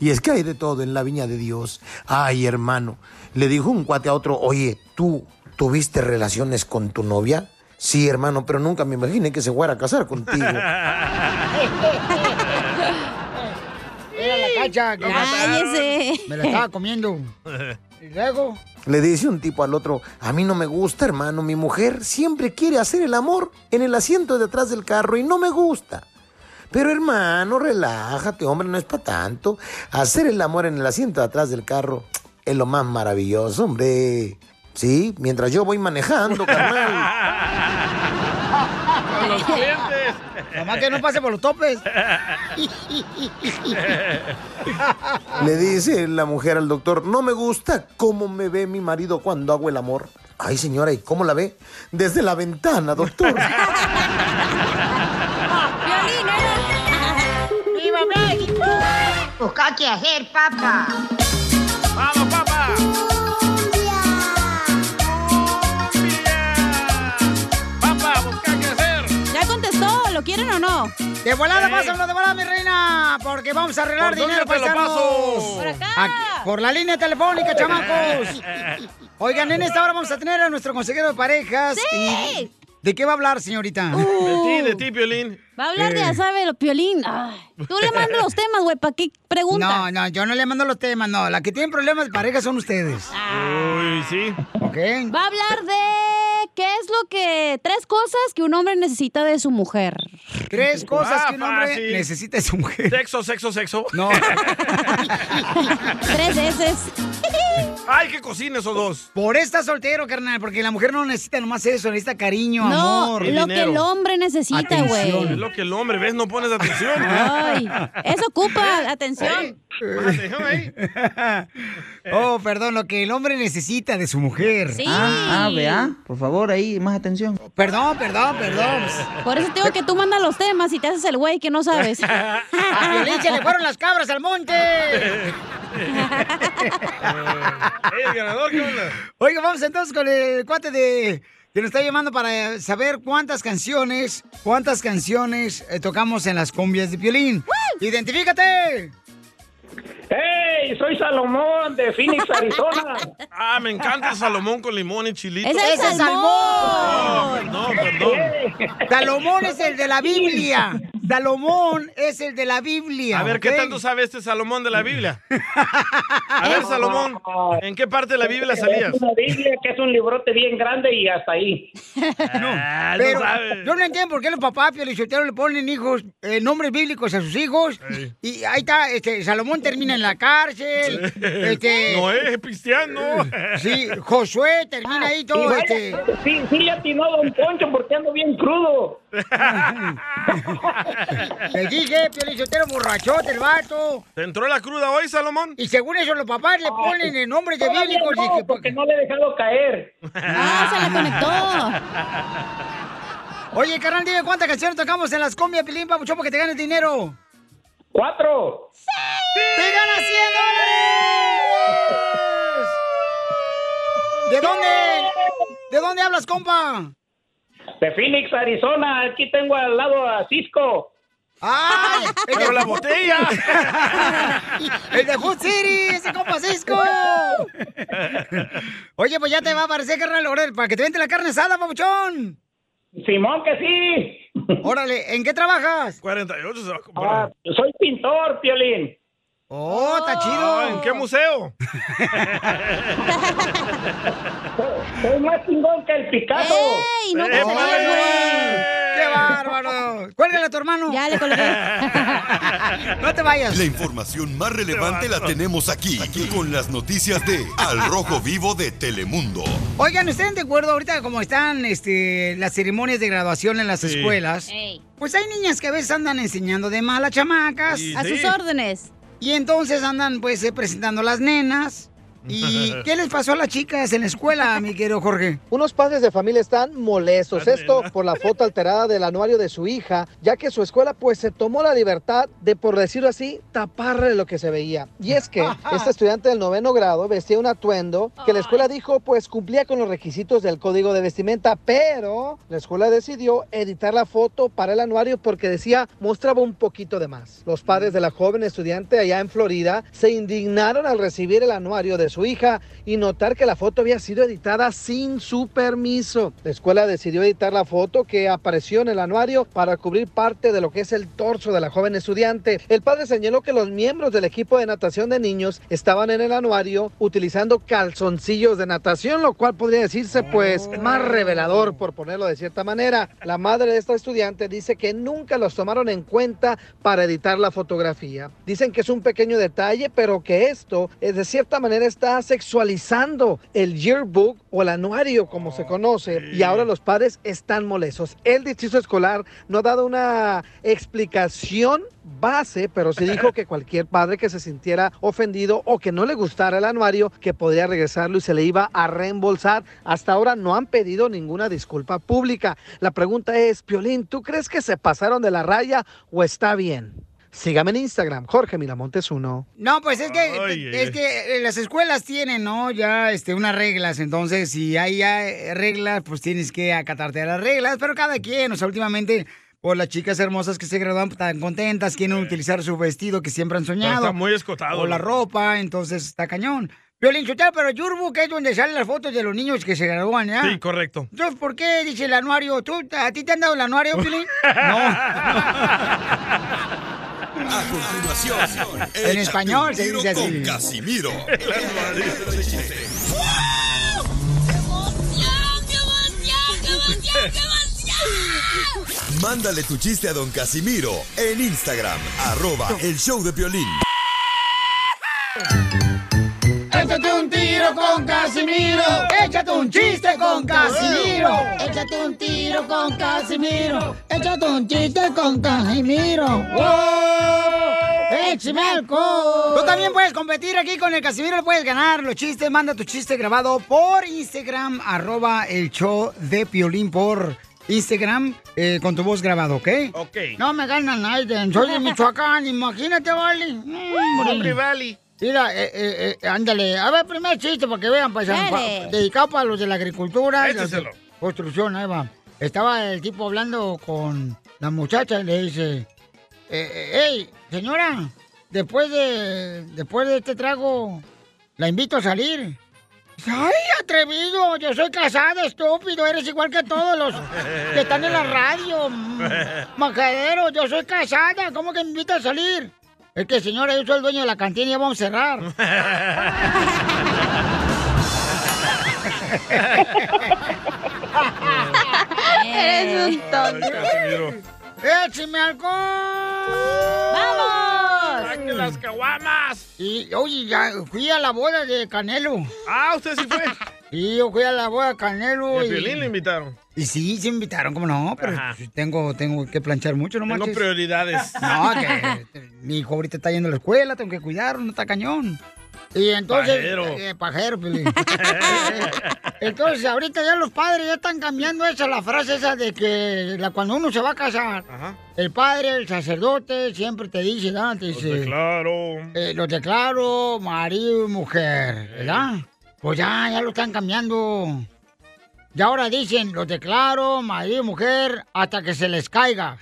Speaker 14: Y es que hay de todo en la viña de Dios. Ay, hermano, le dijo un cuate a otro, oye, ¿tú tuviste relaciones con tu novia? Sí, hermano, pero nunca me imaginé que se fuera a casar contigo.
Speaker 1: Era la cacha. que me-
Speaker 6: Cállese.
Speaker 1: Me la estaba comiendo. Y luego...
Speaker 14: Le dice un tipo al otro, a mí no me gusta, hermano, mi mujer siempre quiere hacer el amor en el asiento de atrás del carro y no me gusta. Pero hermano, relájate, hombre, no es para tanto. Hacer el amor en el asiento de atrás del carro es lo más maravilloso, hombre. Sí, mientras yo voy
Speaker 2: [laughs]
Speaker 14: manejando, carnal.
Speaker 2: Con los clientes.
Speaker 1: Nomás que no pase por los topes.
Speaker 14: Le dice la mujer al doctor, no me gusta cómo me ve mi marido cuando hago el amor. Ay, señora, ¿y cómo la ve? Desde la ventana, doctor.
Speaker 1: ¿eh? ¡Viva México!
Speaker 2: Busca qué hacer, papá. ¡Vamos, papá!
Speaker 6: Papá, busca qué hacer. Ya contestó, ¿lo quieren o no?
Speaker 1: De volada,
Speaker 6: Sí.
Speaker 1: pásalo de volada, mi reina. Porque vamos a arreglar
Speaker 6: ¿Por
Speaker 1: dinero,
Speaker 6: dónde te lo
Speaker 1: paisanos.
Speaker 6: paso? Por acá.
Speaker 1: Aquí, por la línea telefónica, chamacos. Oigan, en esta hora vamos a tener a nuestro consejero de parejas. y- ¿De qué va a hablar,
Speaker 6: Uh.
Speaker 1: señorita?
Speaker 3: De ti, de ti, Piolín.
Speaker 6: Oh. Va a hablar de
Speaker 1: Eh.
Speaker 6: ya sabe, lo piolín. Ay, tú le
Speaker 1: [laughs]
Speaker 6: mandas los temas, güey, ¿para qué pregunta?
Speaker 1: No, no, yo no le mando los temas, no. La que tienen problemas de pareja son ustedes.
Speaker 3: Uy, sí.
Speaker 1: ¿Ok?
Speaker 6: Va a hablar de qué es lo que tres cosas que un hombre necesita de su mujer.
Speaker 1: Tres cosas que un hombre
Speaker 3: Ah, fácil.
Speaker 1: necesita de su mujer.
Speaker 3: Sexo, sexo, sexo.
Speaker 1: No.
Speaker 6: Tres veces.
Speaker 3: [laughs] Ay, que cocine esos dos.
Speaker 1: Por esta soltero, carnal, porque la mujer no necesita nomás eso, necesita cariño,
Speaker 6: No,
Speaker 1: amor.
Speaker 6: lo que el hombre necesita,
Speaker 3: [laughs] Es
Speaker 6: güey.
Speaker 3: lo que el hombre, ¿ves? No pones atención.
Speaker 6: Ay, eso
Speaker 1: Eh,
Speaker 6: ocupa atención.
Speaker 1: [laughs] Oh, perdón, lo que el hombre necesita de su mujer.
Speaker 6: Sí.
Speaker 1: Ah, ah, vea. Por favor, ahí, más atención. Perdón, perdón, perdón.
Speaker 6: Por eso te digo que tú mandas los temas y te haces el güey que no
Speaker 1: [laughs]
Speaker 6: sabes.
Speaker 1: A Piolín se le fueron las cabras al monte.
Speaker 3: el ganador, ¿qué onda?
Speaker 1: Oiga, vamos entonces con el cuate de que nos está llamando para saber cuántas canciones, cuántas canciones eh, tocamos en las cumbias de Piolín. ¡Identifícate!
Speaker 13: ¡Hey! Soy Salomón de Phoenix, Arizona.
Speaker 3: Ah, me encanta el salomón con limón y chilito.
Speaker 1: ¡Ese es el salmón!
Speaker 3: No, perdón.
Speaker 1: Salomón es el de la Biblia. Salomón es el de la Biblia.
Speaker 3: A ver, ¿qué
Speaker 1: ¿ok?
Speaker 3: tanto sabe este Salomón de la Biblia? A
Speaker 1: [laughs]
Speaker 3: ver, Salomón, ¿en qué parte de la Biblia salías?
Speaker 13: Es una Biblia que es un librote bien grande y hasta ahí.
Speaker 3: Ah, no
Speaker 1: Pero
Speaker 3: sabe.
Speaker 1: yo no entiendo por qué los papás piolichoteros le ponen hijos, eh, nombres bíblicos a sus hijos.
Speaker 3: Ey.
Speaker 1: Y ahí está, este, Salomón termina en la cárcel.
Speaker 3: [laughs]
Speaker 1: Este,
Speaker 3: Noé es cristiano.
Speaker 1: Sí, Josué termina ahí
Speaker 13: Y
Speaker 1: todo.
Speaker 13: vaya,
Speaker 1: Este,
Speaker 13: Sí, sí le atinó a Don Poncho porque ando bien crudo.
Speaker 1: le dije, piolichotero borrachote el vato.
Speaker 3: ¿Te entró la cruda hoy, Salomón?
Speaker 1: Y según eso, los papás le ponen el nombre de
Speaker 13: Ah, Todavía
Speaker 1: bíblicos.
Speaker 13: no,
Speaker 1: dije, pues.
Speaker 13: porque no le he dejado caer.
Speaker 1: Ah, se la Oye, carnal, dime cuántas canciones tocamos en las combias, Pilín, papuchón, porque te ganes dinero.
Speaker 13: ¡Cuatro!
Speaker 1: ¡Te ganas 100 dólares!
Speaker 13: [laughs]
Speaker 1: ¿De dónde? ¿De dónde hablas, compa?
Speaker 13: De Phoenix, Arizona. Aquí tengo al lado a Cisco. [laughs]
Speaker 1: ¡Ay!
Speaker 3: ¡Pero la botella!
Speaker 1: [laughs] ¡El de Hood City! ¡Ese compa
Speaker 13: [laughs]
Speaker 1: Cisco! Oye, pues ya te va a aparecer, carnal, órale, para que te vente la carne asada, papuchón.
Speaker 13: Simón, que sí.
Speaker 1: Órale, ¿en qué trabajas?
Speaker 3: 48 se va a
Speaker 13: Ah,
Speaker 3: comprar.
Speaker 13: soy pintor, Piolín.
Speaker 1: ¡Oh, está chido!
Speaker 3: ¿En qué museo?
Speaker 13: Soy más chingón que el Picasso.
Speaker 6: ¡Ey! ¡No te
Speaker 13: Eh,
Speaker 6: creo,
Speaker 13: vale,
Speaker 6: güey!
Speaker 1: ¡Qué bárbaro! ¡Cuélgale a tu hermano!
Speaker 6: Ya le colgué.
Speaker 1: [laughs] No te vayas.
Speaker 4: La información más relevante la tenemos aquí, aquí, con las noticias de Al Rojo Vivo de Telemundo.
Speaker 1: Oigan, ¿ustedes de acuerdo ahorita como están este, las ceremonias de graduación en las
Speaker 4: Sí.
Speaker 1: escuelas? Pues hay niñas que a veces andan enseñando de mala chamacas.
Speaker 6: A sus órdenes.
Speaker 1: Y entonces andan pues eh, presentando las nenas. ¿Y qué les pasó a las chicas en la escuela, mi querido Jorge?
Speaker 5: Unos padres de familia están molestos. Esto por la foto alterada del anuario de su hija, ya que su escuela pues se tomó la libertad de, por decirlo así, taparle lo que se veía. Y es que este estudiante del noveno grado vestía un atuendo que la escuela dijo pues cumplía con los requisitos del código de vestimenta, pero la escuela decidió editar la foto para el anuario porque decía mostraba un poquito de más. Los padres de la joven estudiante allá en Florida se indignaron al recibir el anuario de su hija y notar que la foto había sido editada sin su permiso. La escuela decidió editar la foto que apareció en el anuario para cubrir parte de lo que es el torso de la joven estudiante. El padre señaló que los miembros del equipo de natación de niños estaban en el anuario utilizando calzoncillos de natación, lo cual podría decirse pues más revelador por ponerlo de cierta manera. La madre de esta estudiante dice que nunca los tomaron en cuenta para editar la fotografía. Dicen que es un pequeño detalle, pero que esto es de cierta manera está sexualizando el yearbook o el anuario como se conoce y ahora los padres están molestos. El distrito escolar no ha dado una explicación base, pero sí dijo que cualquier padre que se sintiera ofendido o que no le gustara el anuario, que podría regresarlo y se le iba a reembolsar. Hasta ahora no han pedido ninguna disculpa pública. La pregunta es, Piolín, ¿tú crees que se pasaron de la raya o está bien? Sígame en Instagram, Jorge Miramontes 1.
Speaker 1: No, pues es que,
Speaker 5: Ay, ay,
Speaker 1: es
Speaker 5: ay.
Speaker 1: que eh, las escuelas tienen, ¿no? Ya este, unas reglas. Entonces, si hay ya, eh, reglas, pues tienes que acatarte a las reglas. Pero cada quien, o sea, últimamente, por las chicas hermosas que se gradúan pues, tan contentas, quieren utilizar su vestido que siempre han
Speaker 3: Pero
Speaker 1: soñado.
Speaker 3: Está muy escotado.
Speaker 1: o la
Speaker 3: ¿no?
Speaker 1: ropa, entonces está cañón. Violín Sotelo, pero Yurbu, que es donde salen las fotos de los niños que se gradúan, ¿ya?
Speaker 3: Sí, correcto.
Speaker 1: Entonces, ¿por qué dice el anuario? ¿Tú, ¿A ti te han dado el anuario, Violín?
Speaker 4: A continuación,
Speaker 1: En
Speaker 4: échate
Speaker 1: español
Speaker 4: un
Speaker 1: se
Speaker 4: tiro
Speaker 1: dice así.
Speaker 4: con Casimiro. Mándale tu chiste a don Casimiro en Instagram, arroba el show de violín.
Speaker 1: Échate un tiro con Casimiro. Échate un chiste con Casimiro. Échate un tiro con Casimiro. Échate un chiste con Casimiro. [laughs] ¡Oh! ¡Échame alcohol! Tú también puedes competir aquí con el Casimiro. le Puedes ganar los chistes. Manda tu chiste grabado por Instagram. Arroba el show de Piolín por [laughs] Instagram. eh, con tu voz grabado, ¿ok?
Speaker 3: Ok.
Speaker 1: No me ganan nadie. Soy de Michoacán. Imagínate, vale. Mm,
Speaker 3: Hombre, vale.
Speaker 1: Mira, eh, eh, eh, ándale. A ver, primer chiste para que vean, paisano.
Speaker 2: Dale.
Speaker 1: pa- dedicado para los de la agricultura.
Speaker 2: Échaselo.
Speaker 1: la Construcción, ahí va. Estaba el tipo hablando con la muchacha y le dice, eh, eh, hey, señora, después de, después de este trago, la invito a salir. Dice, Ay, atrevido, yo soy casado, estúpido, eres igual que todos los que están en la radio. mm". Majadero, yo soy casada, ¿cómo que me invita a salir? Es que señora, yo soy el dueño de la cantina y ya vamos a cerrar.
Speaker 2: [laughs] Eres un tonto.
Speaker 1: ¡Écheme alcohol! ¡Vamos!
Speaker 3: ¡Saque
Speaker 1: [laughs]
Speaker 3: las caguamas!
Speaker 1: Y, oye, ya fui a la boda de Canelo. Ah, ¿usted sí fue? [laughs] Sí, yo fui a la boda de Canelo.
Speaker 3: Y a Piolín lo invitaron.
Speaker 1: Y sí, se invitaron, ¿cómo no? Pero
Speaker 3: Ajá.
Speaker 1: pues, tengo, tengo que planchar mucho, no
Speaker 3: Tengo
Speaker 1: manches.
Speaker 3: prioridades.
Speaker 1: [laughs] No, que te- mi hijo ahorita está yendo a la escuela, tengo que cuidarlo, no está cañón. Y entonces...
Speaker 2: Pajero.
Speaker 1: eh, pajero, Piolín. Entonces, ahorita ya los padres ya están cambiando esa, la frase esa de que la, cuando uno se va a casar, el padre, el sacerdote, siempre te dice, ¿verdad? Te dice,
Speaker 3: declaro.
Speaker 1: eh, los declaro marido y mujer, ¿verdad? Pues ya, ya lo están cambiando. Y ahora dicen, los declaro marido y mujer hasta que se les caiga.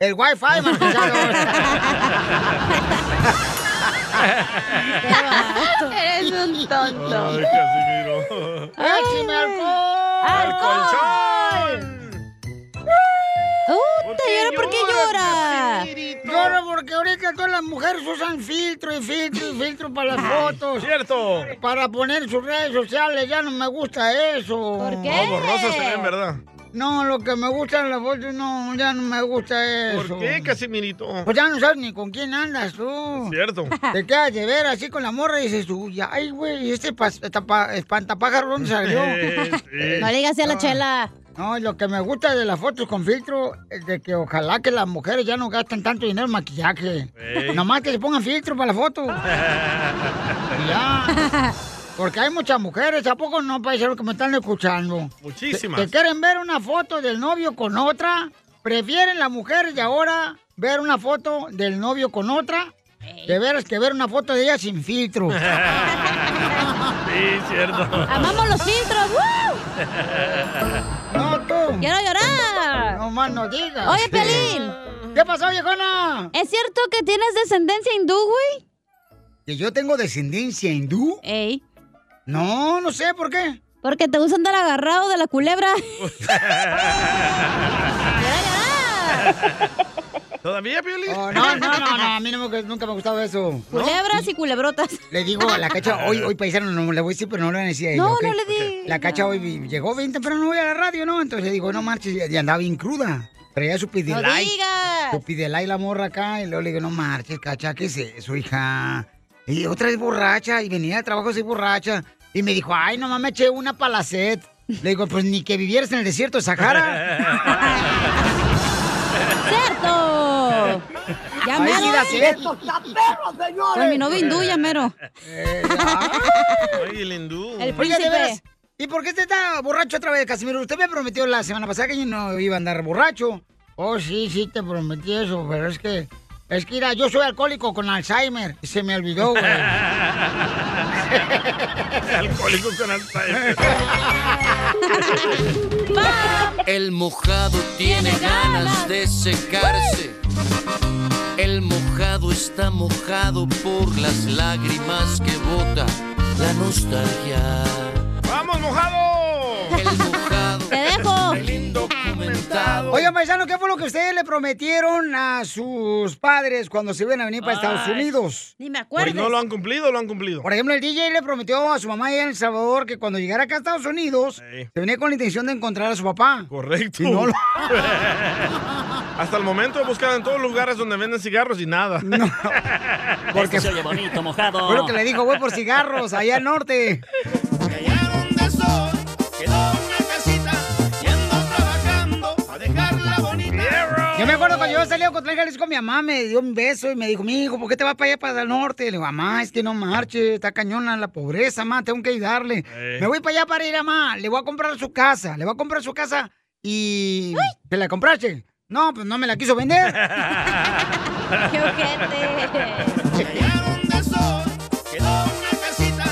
Speaker 1: El wifi, [laughs] Eres un tonto.
Speaker 2: Ay,
Speaker 3: Casimiro.
Speaker 1: ¡Écheme
Speaker 2: alcohol! ¡Alcohol!
Speaker 1: ¡Uh,
Speaker 2: te llora porque llora?
Speaker 1: Lloro porque ahorita todas las mujeres usan filtro y filtro y filtro para las fotos.
Speaker 3: ¡Cierto!
Speaker 1: Para poner sus redes sociales, ya no me gusta eso. ¿Por
Speaker 3: No, borrosas se ven, ¿verdad?
Speaker 1: No, lo que me gustan las fotos, no, ya no me gusta eso.
Speaker 3: ¿Por qué, Casimirito?
Speaker 1: Pues ya no sabes ni con quién
Speaker 2: [laughs]
Speaker 1: andas tú. [laughs]
Speaker 3: Cierto.
Speaker 1: Te quedas de ver así con la morra y dices tú, ya,
Speaker 3: [laughs]
Speaker 1: ay, güey, este pas- tapa- espantapájaro, ¿dónde salió?
Speaker 3: Eh, sí.
Speaker 6: No le digas a la chela.
Speaker 1: No, lo que me gusta de las fotos con filtro es de que ojalá que las mujeres ya no gasten tanto dinero en maquillaje.
Speaker 2: Ey.
Speaker 1: Nomás que se pongan filtro para la foto. Ya. Porque hay muchas mujeres, ¿a poco no, paisanos, que me están escuchando?
Speaker 3: Muchísimas.
Speaker 1: Que, que quieren ver una foto del novio con otra, prefieren las mujeres de ahora ver una foto del novio con otra, que veras que ver una foto de ella sin
Speaker 6: [laughs]
Speaker 1: filtro.
Speaker 2: Sí,
Speaker 3: cierto.
Speaker 6: ¡Amamos los filtros! ¡Woo!
Speaker 1: ¡No, tú!
Speaker 6: ¡Quiero llorar!
Speaker 1: No más no digas.
Speaker 6: Oye, Pelín.
Speaker 1: ¿Qué pasó, viejona?
Speaker 6: ¿Es cierto que tienes descendencia hindú, güey?
Speaker 1: ¿Que yo tengo descendencia hindú?
Speaker 6: Ey.
Speaker 1: No, no sé, ¿por qué?
Speaker 6: Porque te gusta andar agarrado de la culebra.
Speaker 3: ¿Todavía, Piolín?
Speaker 1: Oh, no, no, no, no, a mí no me- nunca me ha gustado eso.
Speaker 6: Culebras y culebrotas.
Speaker 1: Le digo a la cacha, hoy, hoy paisano, no le voy a decir, pero no le voy a decir a ella,
Speaker 6: No,
Speaker 1: ¿ok?
Speaker 6: no le digas.
Speaker 1: La cacha hoy vi- llegó bien temprano hoy a la radio, ¿no? Entonces le digo, no marches, y andaba bien cruda. Traía su
Speaker 6: ¡No
Speaker 1: pidelay.
Speaker 6: digas!
Speaker 1: Su pidelay la morra acá, y luego le digo, no marches, cacha, ¿qué es eso, hija? Y otra vez borracha, y venía al trabajo así borracha. Y me dijo, ay, nomás me eché una palacet. Le digo, pues ni que vivieras en el desierto de Sahara.
Speaker 6: ¡Cierto! ¡Ya
Speaker 1: Ahí
Speaker 6: mero!
Speaker 1: sí la
Speaker 6: eh.
Speaker 1: siento.
Speaker 6: Con mi novio hindú, ya mero.
Speaker 3: Oye, el hindú.
Speaker 6: El
Speaker 1: Oiga, de
Speaker 6: príncipe.
Speaker 1: veras, ¿y por qué usted está borracho otra vez, Casimiro? Usted me prometió la semana pasada que yo no iba a andar borracho. Oh, sí, sí, te prometí eso, pero es que... Es que, mira, yo soy alcohólico con Alzheimer. y Se me olvidó,
Speaker 6: [laughs]
Speaker 1: güey.
Speaker 2: Alcohólico con Alzheimer.
Speaker 15: El mojado tiene ganas de secarse. El mojado está mojado por las lágrimas que bota la nostalgia.
Speaker 3: ¡Vamos, mojado!
Speaker 15: El mojado.
Speaker 6: ¡Te dejo!
Speaker 1: Oiga, paisano, ¿qué fue lo que ustedes le prometieron a sus padres cuando se iban a venir para Estados
Speaker 3: Ay,
Speaker 1: Unidos?
Speaker 6: Ni me
Speaker 3: ¿Y Pues, no lo han cumplido o lo han cumplido?
Speaker 1: Por ejemplo, el DJ le prometió a su mamá allá en El Salvador que cuando llegara acá a Estados Unidos,
Speaker 3: Ey.
Speaker 1: se venía con la intención de encontrar a su papá.
Speaker 3: Correcto.
Speaker 1: Y no lo-
Speaker 3: [laughs] Hasta el momento he buscado en todos los lugares donde venden cigarros y nada. [laughs]
Speaker 1: Porque-
Speaker 16: se oye bonito, mojado.
Speaker 1: Fue lo que le dijo, voy por cigarros, allá al norte.
Speaker 16: ¿Dónde soy? Quedó una casita y ando trabajando a dejarla bonita.
Speaker 1: Yo me acuerdo cuando yo salí a Ocotlán, Jalisco, mi mamá me dio un beso y me dijo, mi hijo, ¿por qué te vas para allá, para el norte? Le digo, mamá, es que no marche, está cañona la pobreza, mamá, tengo que ayudarle.
Speaker 2: Eh.
Speaker 1: Me voy para allá para ir a mamá, le voy a comprar su casa, le voy a comprar su casa y... ¿Te la compraste? No, pues no me la quiso vender.
Speaker 2: ¡Qué
Speaker 16: ¿Dónde soy? Quedó una casita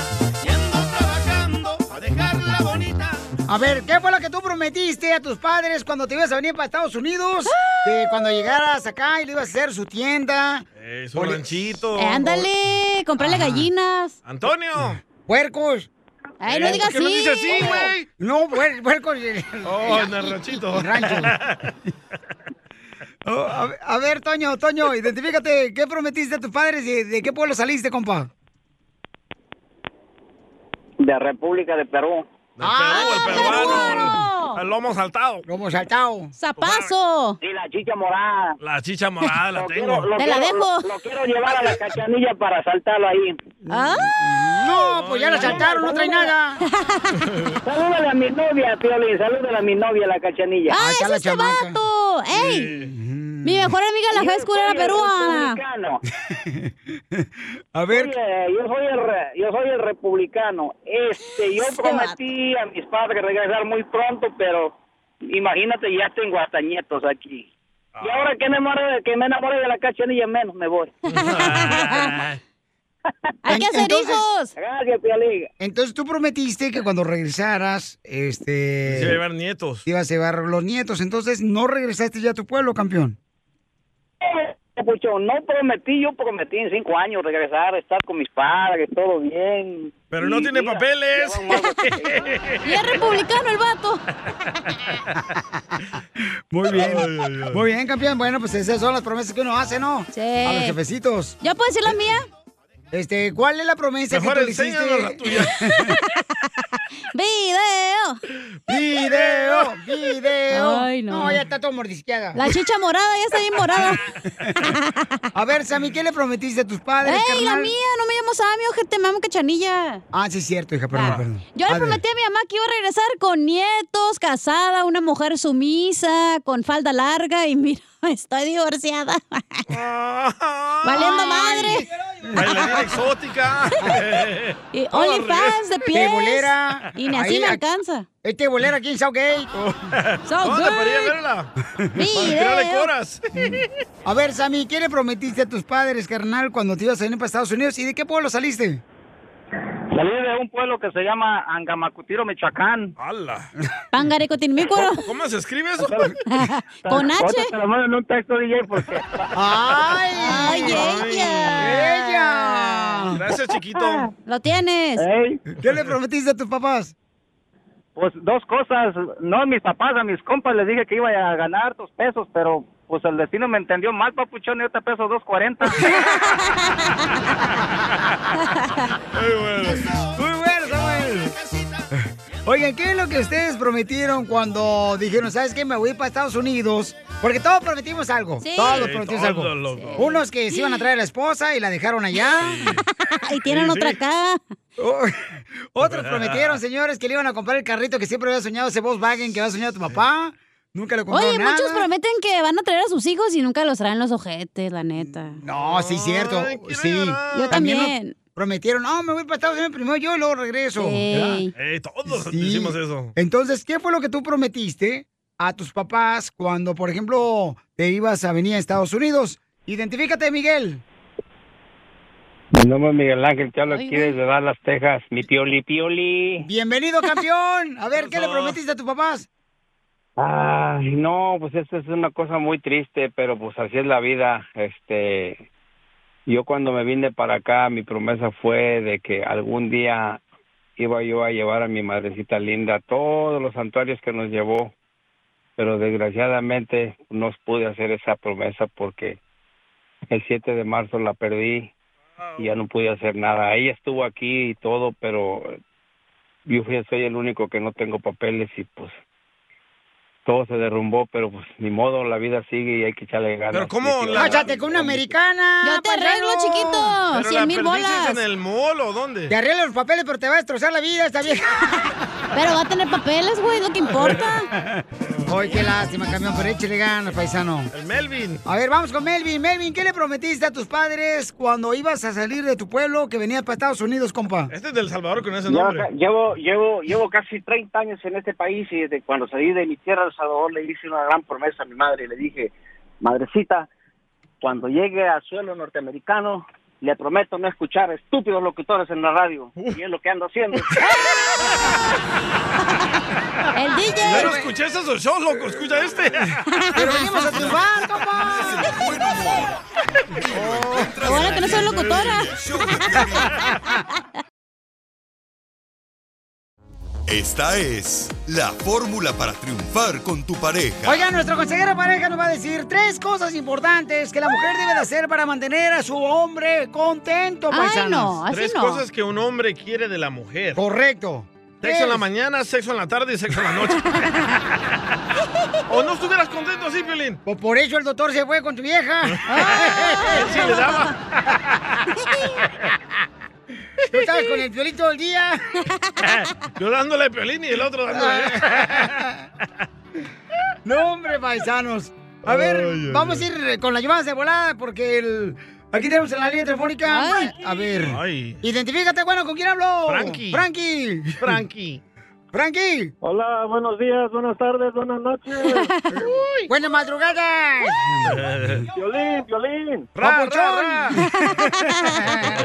Speaker 16: y ando trabajando a dejarla bonita.
Speaker 1: A ver, ¿qué fue lo que tú prometiste a tus padres cuando te ibas a venir para Estados Unidos? Que cuando llegaras acá y le ibas a hacer su tienda.
Speaker 3: Eh, Es un ranchito.
Speaker 6: Eh, ándale, comprarle gallinas.
Speaker 3: Antonio.
Speaker 1: Puercos.
Speaker 6: Ay, no
Speaker 3: Eh,
Speaker 6: digas
Speaker 3: ¿por qué no
Speaker 6: así.
Speaker 3: dice así, güey?
Speaker 1: No, puer- puercos. [laughs]
Speaker 3: Oh, en el ranchito. [laughs]
Speaker 1: Oh, a, ver- a ver, Toño, Toño, identifícate. ¿Qué prometiste a tus padres y de qué pueblo saliste, compa?
Speaker 17: De República de Perú.
Speaker 3: ¡Ah, el peruano! El lomo saltado.
Speaker 1: Lomo saltado.
Speaker 6: ¡Zapazo!
Speaker 17: Y la chicha morada.
Speaker 3: La chicha morada la tengo.
Speaker 17: Lo quiero- Lo, lo quiero llevar a la cachanilla para saltarlo ahí.
Speaker 6: Ah.
Speaker 1: No, pues ya la saltaron, no trae nada.
Speaker 17: Salúdale a mi novia, Piolín. Salúdale a mi novia, la cachanilla.
Speaker 6: ¡Ah, es este vato! ¡Ey! Mi mejor amiga en la high school era peruana.
Speaker 1: A ver.
Speaker 17: yo, soy el, re- yo soy el republicano. Este, yo
Speaker 6: Este
Speaker 17: prometí a mis padres regresar muy pronto, pero imagínate, ya tengo hasta nietos aquí. Y ahora que me, enamore, que me enamore de la cachanilla, menos me voy.
Speaker 6: Hay que hacer hijos.
Speaker 17: Gracias, Piolín.
Speaker 1: Entonces tú prometiste que cuando regresaras, este...
Speaker 3: Se iba a llevar nietos.
Speaker 1: te ibas a llevar los nietos. Entonces no regresaste ya a tu pueblo, campeón.
Speaker 17: eh, Pucho, no prometí, yo prometí en cinco años regresar, estar con mis padres, todo bien.
Speaker 3: Pero no
Speaker 17: Y
Speaker 3: tiene
Speaker 17: mira,
Speaker 3: papeles.
Speaker 17: ya vamos a-
Speaker 6: [laughs] Y es republicano el vato.
Speaker 1: Muy bien. Muy bien, campeón. Bueno, pues esas son las promesas que uno hace, ¿no? Sí. A los jefecitos.
Speaker 6: ¿Ya puedo decir la mía?
Speaker 1: Este, ¿cuál es la promesa
Speaker 2: Mejor
Speaker 1: que tú le hiciste?
Speaker 2: enséñanos la
Speaker 1: tuya.
Speaker 6: ¡Video!
Speaker 1: ¡Video! ¡Video!
Speaker 6: Ay, no.
Speaker 1: ya está todo mordisqueada.
Speaker 6: La chicha morada ya está bien
Speaker 1: [laughs]
Speaker 6: morada.
Speaker 1: A ver, Sammy, ¿qué le prometiste a tus padres,
Speaker 6: ¡Ey, la
Speaker 1: carnal?
Speaker 6: mía! No me llamo Sammy, ojete, me llamo Cachanilla.
Speaker 1: Ah, sí, es cierto, hija, perdón, perdón.
Speaker 6: Yo
Speaker 1: A
Speaker 6: le
Speaker 1: ver.
Speaker 6: prometí a mi mamá que iba a regresar con nietos, casada, una mujer sumisa, con falda larga y mira, [laughs]
Speaker 1: [laughs]
Speaker 6: estoy divorciada. Valiendo madre.
Speaker 3: Bailarina exótica.
Speaker 6: [laughs] Y OnlyFans de pies.
Speaker 1: Tebolera.
Speaker 6: Y ni
Speaker 1: Este,
Speaker 6: así
Speaker 1: Ahí,
Speaker 6: me
Speaker 1: aquí-
Speaker 6: alcanza.
Speaker 1: Este bolera aquí en [laughs] Southgate.
Speaker 6: Southgate.
Speaker 3: ¿Dónde? Para ir a
Speaker 6: [laughs]
Speaker 3: verla. Para tirarle coras.
Speaker 1: A ver, Sammy, ¿qué le prometiste a tus padres, carnal, cuando te ibas a venir para Estados Unidos? ¿Y de qué pueblo saliste?
Speaker 17: Salí de un pueblo que se llama Angamacutiro, Michoacán.
Speaker 3: ¡Hala!
Speaker 6: Pangareco tinmícuaro.
Speaker 3: ¿Cómo se escribe eso?
Speaker 6: Con H.
Speaker 17: Ahorita Te lo mando en un texto, DJ, porque...
Speaker 6: ¡Ay! ¡Ay, ella!
Speaker 1: ¡Ella!
Speaker 3: Gracias, chiquito.
Speaker 6: [laughs] Lo tienes.
Speaker 1: ¿Qué le prometiste a tus papás?
Speaker 17: Pues dos cosas, no a mis papás, a mis compas les dije que iba a ganar dos pesos, pero pues el destino me entendió mal, papuchón, y te peso dos
Speaker 3: [laughs]
Speaker 17: cuarenta.
Speaker 3: Ah,
Speaker 1: Muy bueno, Samuel. [laughs] Oigan, ¿qué es lo que ustedes prometieron cuando dijeron, ¿sabes qué? Me voy para Estados Unidos. Porque todos prometimos algo.
Speaker 6: Sí.
Speaker 1: Todos
Speaker 6: Sí,
Speaker 1: prometimos
Speaker 6: todos,
Speaker 1: algo.
Speaker 6: loco. Sí.
Speaker 1: Unos que se iban a traer a la esposa y la dejaron allá. [laughs]
Speaker 6: Y tienen
Speaker 1: Sí, sí.
Speaker 6: otra acá.
Speaker 1: [laughs] Otros prometieron, señores, que le iban a comprar el carrito que siempre había soñado, ese Volkswagen que había soñado tu papá. Nunca lo compró
Speaker 6: Oye,
Speaker 1: nada.
Speaker 6: muchos prometen que van a traer a sus hijos y nunca los traen los ojetes, la neta.
Speaker 1: No, sí, cierto. sí.
Speaker 6: Yo
Speaker 1: nos
Speaker 6: también.
Speaker 1: Prometieron, no, me voy para Estados Unidos primero yo y luego regreso.
Speaker 6: Sí.
Speaker 3: Ey, todos
Speaker 1: Sí.
Speaker 3: hicimos eso.
Speaker 1: Entonces, ¿qué fue lo que tú prometiste a tus papás cuando, por ejemplo, te ibas a venir a Estados Unidos? Identifícate, Miguel.
Speaker 18: Mi nombre es Miguel Ángel, te hablo aquí desde Dallas, Texas. Mi pioli, pioli.
Speaker 1: Bienvenido, campeón. A ver, ¿qué le prometiste a tus papás?
Speaker 18: Ay, no, pues esta es una cosa muy triste, pero pues así es la vida. Este, yo cuando me vine para acá, mi promesa fue de que algún día iba yo a llevar a mi madrecita linda a todos los santuarios que nos llevó, pero desgraciadamente no pude hacer esa promesa porque el 7 de marzo la perdí y ya no pude hacer nada. Ella estuvo aquí y todo, pero yo fui- soy el único que no tengo papeles y pues todo se derrumbó, pero pues ni modo, la vida sigue y hay que echarle ganas.
Speaker 3: Pero ¿cómo
Speaker 18: Y que-
Speaker 3: la-
Speaker 1: Cállate con una americana. pues,
Speaker 6: Yo te arreglo, chiquito.
Speaker 3: ¿Pero la perdiste en el mall o dónde?
Speaker 1: Te arreglo los papeles, pero te va a destrozar la vida esta vieja.
Speaker 6: [laughs] Pero va a tener papeles, güey, es lo que importa.
Speaker 1: Ay, qué lástima, camión, pero échale ganas, paisano.
Speaker 3: El Melvin.
Speaker 1: A ver, vamos con Melvin. Melvin, ¿qué le prometiste a tus padres cuando ibas a salir de tu pueblo que venías para Estados Unidos, compa?
Speaker 3: Este es del Salvador con ese
Speaker 1: Ya,
Speaker 3: nombre.
Speaker 1: ca-
Speaker 17: Llevo, llevo, llevo casi 30 años en este país y desde cuando salí de mi tierra, El Salvador, le hice una gran promesa a mi madre. Le dije, madrecita, cuando llegue al suelo norteamericano, le prometo no escuchar estúpidos locutores en la radio. Y es lo que ando haciendo.
Speaker 3: [laughs]
Speaker 6: [laughs] El DJ.
Speaker 3: Yo no escuché esos dos shows, loco. Escucha este.
Speaker 1: Pero venimos a triunfar,
Speaker 3: compa.
Speaker 6: Ahora que no soy locutora.
Speaker 4: Esta es la fórmula para triunfar con tu pareja.
Speaker 1: Oiga, nuestro consejero de pareja nos va a decir tres cosas importantes que la mujer debe de hacer para mantener a su hombre contento, paisanos.
Speaker 3: Tres cosas que un hombre quiere de la mujer.
Speaker 1: Correcto.
Speaker 3: Sexo en la
Speaker 1: Tres.
Speaker 3: mañana, sexo en la tarde y sexo en la
Speaker 1: [laughs]
Speaker 3: noche. ¿O no estuvieras contento así, Pelín?
Speaker 1: Pues por eso el doctor se fue con tu vieja.
Speaker 3: [laughs] Él sí le daba.
Speaker 1: [laughs] Tú estabas con el violín todo el día.
Speaker 3: [laughs]
Speaker 1: Ah.
Speaker 3: Yo dándole Pelín y el otro dándole. [laughs]
Speaker 1: No, hombre, paisanos. A ver,
Speaker 3: Ay, ay,
Speaker 1: vamos a ir con las llamadas de volada porque el... Aquí tenemos en la línea telefónica. A ver.
Speaker 3: Ay.
Speaker 1: Identifícate, bueno, ¿con quién hablo?
Speaker 3: Frankie.
Speaker 1: Frankie.
Speaker 3: Frankie.
Speaker 1: Frankie.
Speaker 19: Hola, buenos días, buenas tardes, buenas noches.
Speaker 1: [laughs] Buenas madrugadas.
Speaker 19: violín,
Speaker 6: [laughs]
Speaker 19: violín.
Speaker 1: Ra, [laughs]
Speaker 19: I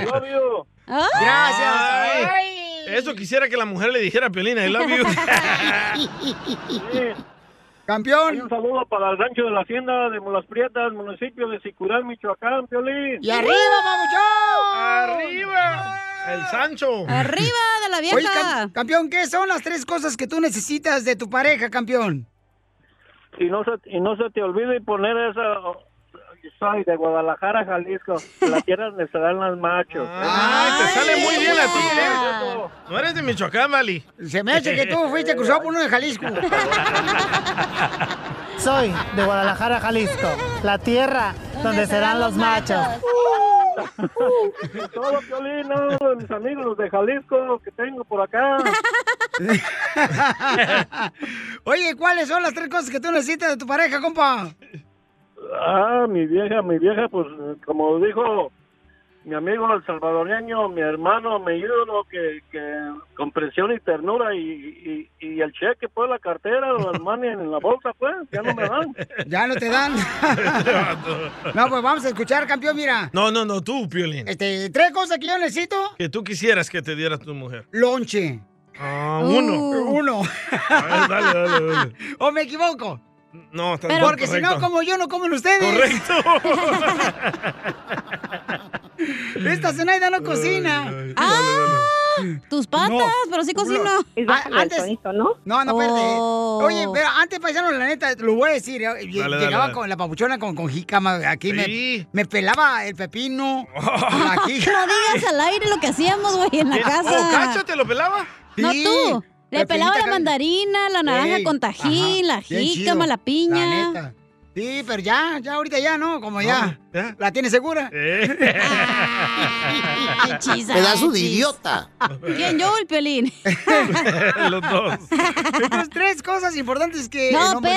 Speaker 19: love you.
Speaker 1: Gracias.
Speaker 3: Ay. Eso quisiera que la mujer le dijera a Pelín, I
Speaker 1: [laughs]
Speaker 3: love you.
Speaker 1: Campeón.
Speaker 19: un saludo para el rancho de la hacienda de Molas Prietas, municipio de Sicurán, Michoacán, violín.
Speaker 1: ¡Y arriba, papuchón!
Speaker 3: ¡Arriba! El Sancho.
Speaker 6: ¡Arriba de la vieja!
Speaker 1: Oye, cam- campeón, ¿qué son las tres cosas que tú necesitas de tu pareja, campeón?
Speaker 19: Y no se, y no se te olvide poner esa soy de Guadalajara, Jalisco. La tierra donde se dan los machos.
Speaker 3: Ah, te sale muy bien a ti, ¿eh? No eres de Michoacán, Mali.
Speaker 1: Se me hace que tú fuiste cruzado por uno de
Speaker 3: [laughs]
Speaker 1: Jalisco. [laughs]
Speaker 20: Soy de Guadalajara, Jalisco, la tierra [laughs] donde serán los machos.
Speaker 19: [laughs] Todo Piolín, no, mis amigos de Jalisco que tengo
Speaker 1: [laughs]
Speaker 19: por acá.
Speaker 1: Oye, ¿cuáles son las tres cosas que tú necesitas de tu pareja, compa?
Speaker 19: Ah, mi vieja, mi vieja, pues como dijo mi amigo el salvadoreño, mi hermano, mi ídolo, que, que comprensión y ternura y, y, y el cheque, pues la cartera, o el money en la bolsa, pues, ya no me dan.
Speaker 1: Ya no te
Speaker 3: [laughs]
Speaker 1: dan. no, pues vamos a escuchar, campeón, mira.
Speaker 3: No, no, no, tú, Piolín.
Speaker 1: Este, tres cosas que yo necesito.
Speaker 3: Que tú quisieras que te diera tu mujer.
Speaker 1: Lonche.
Speaker 3: Ah, uno.
Speaker 1: Uh, Uno.
Speaker 3: A ver, dale, dale, dale.
Speaker 1: ¿O me equivoco?
Speaker 3: No, está
Speaker 1: Pero porque si no,
Speaker 3: correcto.
Speaker 1: como yo, no comen ustedes.
Speaker 3: Correcto.
Speaker 1: [laughs] Esta Zenaida no cocina.
Speaker 6: Ah, Tus patas, pero sí cocino.
Speaker 1: Ah, antes, ¿no? No, no, espérate.
Speaker 6: Oh.
Speaker 1: Oye, pero antes, paisano, la neta, lo voy a decir. eh, lle-
Speaker 6: Dale, dale,
Speaker 1: llegaba
Speaker 6: dale.
Speaker 1: con la papuchona, con, con jícama, aquí
Speaker 6: Sí.
Speaker 1: me, me pelaba el
Speaker 6: [laughs]
Speaker 1: pepino, la
Speaker 6: no
Speaker 1: jícama.
Speaker 6: digas al aire lo que hacíamos, güey,
Speaker 1: [laughs]
Speaker 6: en la casa.
Speaker 3: te lo pelaba?
Speaker 6: No
Speaker 1: Sí.
Speaker 6: tú. Le
Speaker 1: Pepinita
Speaker 6: pelaba la
Speaker 1: acá.
Speaker 6: mandarina, la naranja
Speaker 1: Ey,
Speaker 6: con tajín,
Speaker 1: ajá,
Speaker 6: la
Speaker 1: bien chido,
Speaker 6: jícama, la piña.
Speaker 1: la neta. Sí, pero ya, ya ahorita ya, ¿no? Como ya. ¿La tienes segura?
Speaker 3: Eh.
Speaker 6: chisa, Pedazo de chis. idiota. ¿Quién, yo o el Piolín?
Speaker 3: [laughs] Los dos.
Speaker 1: Entonces, tres cosas importantes que.
Speaker 6: no,
Speaker 1: el hombre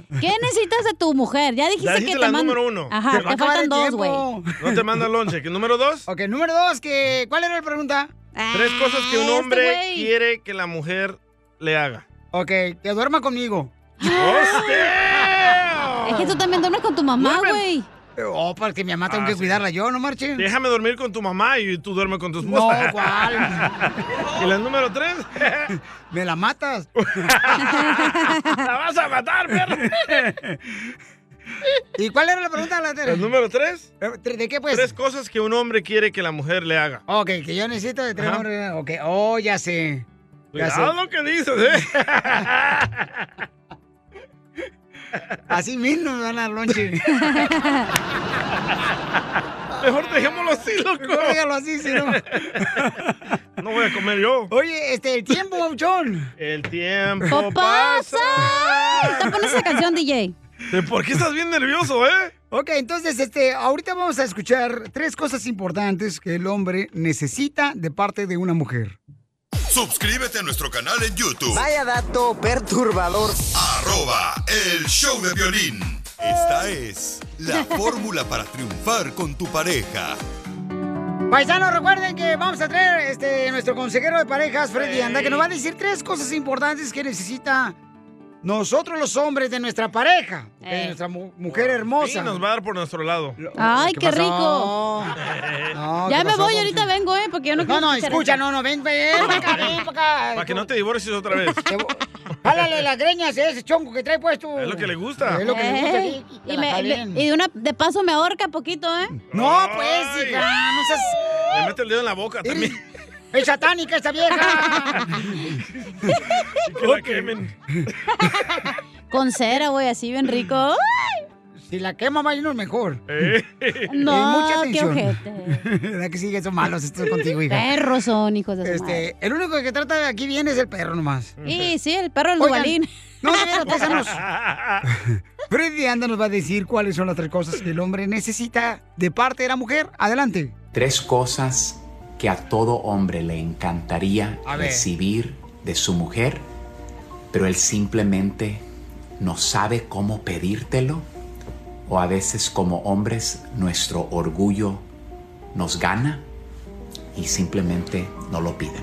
Speaker 1: necesita.
Speaker 6: ¿Qué necesitas de tu mujer? Ya dijiste
Speaker 3: Ya
Speaker 6: que
Speaker 3: dijiste
Speaker 6: te
Speaker 3: la
Speaker 6: mand-
Speaker 3: número uno.
Speaker 6: Ajá, te faltan dos, güey.
Speaker 3: No te manda lonche. ¿Qué número dos?
Speaker 1: Ok, número dos, que, ¿cuál era la pregunta?
Speaker 6: Ah,
Speaker 3: Tres cosas que un
Speaker 6: este
Speaker 3: hombre quiere que la mujer le haga.
Speaker 1: Ok, que duerma conmigo.
Speaker 6: Es que tú también duermes con tu mamá, güey.
Speaker 1: Oh, porque mi mamá tengo
Speaker 3: Ah,
Speaker 1: que
Speaker 3: sí.
Speaker 1: cuidarla yo, ¿no, Marche?
Speaker 3: Déjame dormir con tu mamá y tú duermes con tu
Speaker 1: No,
Speaker 3: [laughs] esposa.
Speaker 1: ¿cuál?
Speaker 3: ¿Y la número tres?
Speaker 1: [laughs] Me la matas.
Speaker 3: [laughs] ¡La vas a matar, perro!
Speaker 1: ¿Y cuál era la pregunta? La,
Speaker 3: ¿El número tres?
Speaker 1: ¿De qué, pues?
Speaker 3: Tres cosas que un hombre quiere que la mujer le haga.
Speaker 1: Ok, que yo necesito de tres
Speaker 3: Ajá.
Speaker 1: hombres. Ok, oh, ya sé. Ya sé.
Speaker 3: Cuidado lo que dices, ¿eh? [laughs]
Speaker 1: Así mismo me van a dar
Speaker 6: [laughs]
Speaker 1: lonche.
Speaker 3: Mejor dejémoslo así, loco.
Speaker 1: Mejor déjalo así, si no.
Speaker 3: [laughs] No voy a comer yo.
Speaker 1: Oye, este, el tiempo, Bauchón.
Speaker 3: El tiempo
Speaker 6: ¡No
Speaker 3: pasa.
Speaker 6: pasa! Te pones esa canción, DJ.
Speaker 3: ¿Por qué estás bien nervioso, eh?
Speaker 1: Ok, entonces, este, ahorita vamos a escuchar tres cosas importantes que el hombre necesita de parte de una mujer.
Speaker 4: Suscríbete a nuestro canal en YouTube.
Speaker 20: Vaya dato perturbador.
Speaker 4: Arroba el show de violín. Esta es la fórmula para triunfar con tu pareja.
Speaker 1: Paisanos, recuerden que vamos a traer este nuestro consejero de parejas, Freddy Anda, que nos va a decir tres cosas importantes que necesita nosotros los hombres de nuestra pareja, de
Speaker 6: Eh.
Speaker 1: nuestra mu- mujer hermosa.
Speaker 3: Y nos va a dar por nuestro lado.
Speaker 6: ¡Ay, qué, rico!
Speaker 3: [laughs]
Speaker 1: pasó? No,
Speaker 6: ya
Speaker 1: ¿qué
Speaker 6: me
Speaker 1: pasó,
Speaker 6: voy, ahorita vengo, ¿eh? Porque yo no
Speaker 1: No,
Speaker 6: quiero
Speaker 1: no,
Speaker 6: escuchar
Speaker 1: escucha,
Speaker 6: eso.
Speaker 1: no, no, ven, ven, ven acá, ven para acá.
Speaker 3: Para que no te divorcies otra vez.
Speaker 1: Jálale las greñas a ese chonco que trae puesto.
Speaker 3: Es lo que le gusta.
Speaker 1: Es lo que le gusta
Speaker 6: Ey,
Speaker 1: aquí, que
Speaker 6: Eh, y,
Speaker 1: la
Speaker 6: me-
Speaker 1: jalen.
Speaker 6: me- y de una de paso me ahorca poquito, ¿eh?
Speaker 1: No, pues, hija, no seas...
Speaker 3: Le mete el dedo en la boca también.
Speaker 1: ¡Es satánica esta vieja!
Speaker 3: Y que la quemen.
Speaker 6: [laughs] Con cera, güey, así bien rico. ¡Ay!
Speaker 1: Si la quema, Maynor, mejor.
Speaker 6: No,
Speaker 1: [laughs] Y mucha
Speaker 6: qué
Speaker 1: atención.
Speaker 6: ojete.
Speaker 1: [laughs] ¿Verdad que sí? que Son malos estos contigo, hija.
Speaker 6: Perros son, hijos de su
Speaker 1: Este, el único que trata de aquí bien es el perro nomás.
Speaker 6: madre. Y sí, el perro del
Speaker 1: Oigan,
Speaker 6: Dubalín.
Speaker 1: No, de veras,
Speaker 6: [laughs]
Speaker 1: paisanos. Freddy Anda nos va a decir cuáles son las tres cosas que el hombre necesita de parte de la mujer. Adelante.
Speaker 21: Tres cosas que a todo hombre le encantaría
Speaker 1: A ver.
Speaker 21: recibir de su mujer, pero él simplemente no sabe cómo pedírtelo o a veces como hombres nuestro orgullo nos gana y simplemente no lo piden.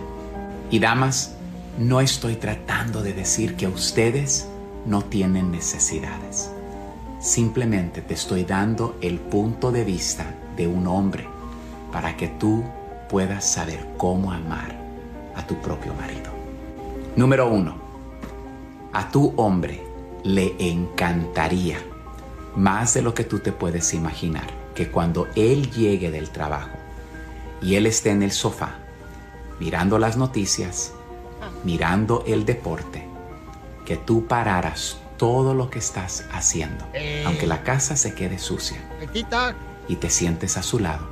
Speaker 21: Y damas, no estoy tratando de decir que ustedes no tienen necesidades. Simplemente te estoy dando el punto de vista de un hombre para que tú puedas saber cómo amar a tu propio marido. Número uno, a tu hombre le encantaría más de lo que tú te puedes imaginar que cuando él llegue del trabajo y él esté en el sofá mirando las noticias, mirando el deporte, que tú pararas todo lo que estás haciendo,
Speaker 1: Eh.
Speaker 21: aunque la casa se quede sucia,
Speaker 1: El tic-tac.
Speaker 21: y te sientes a su lado,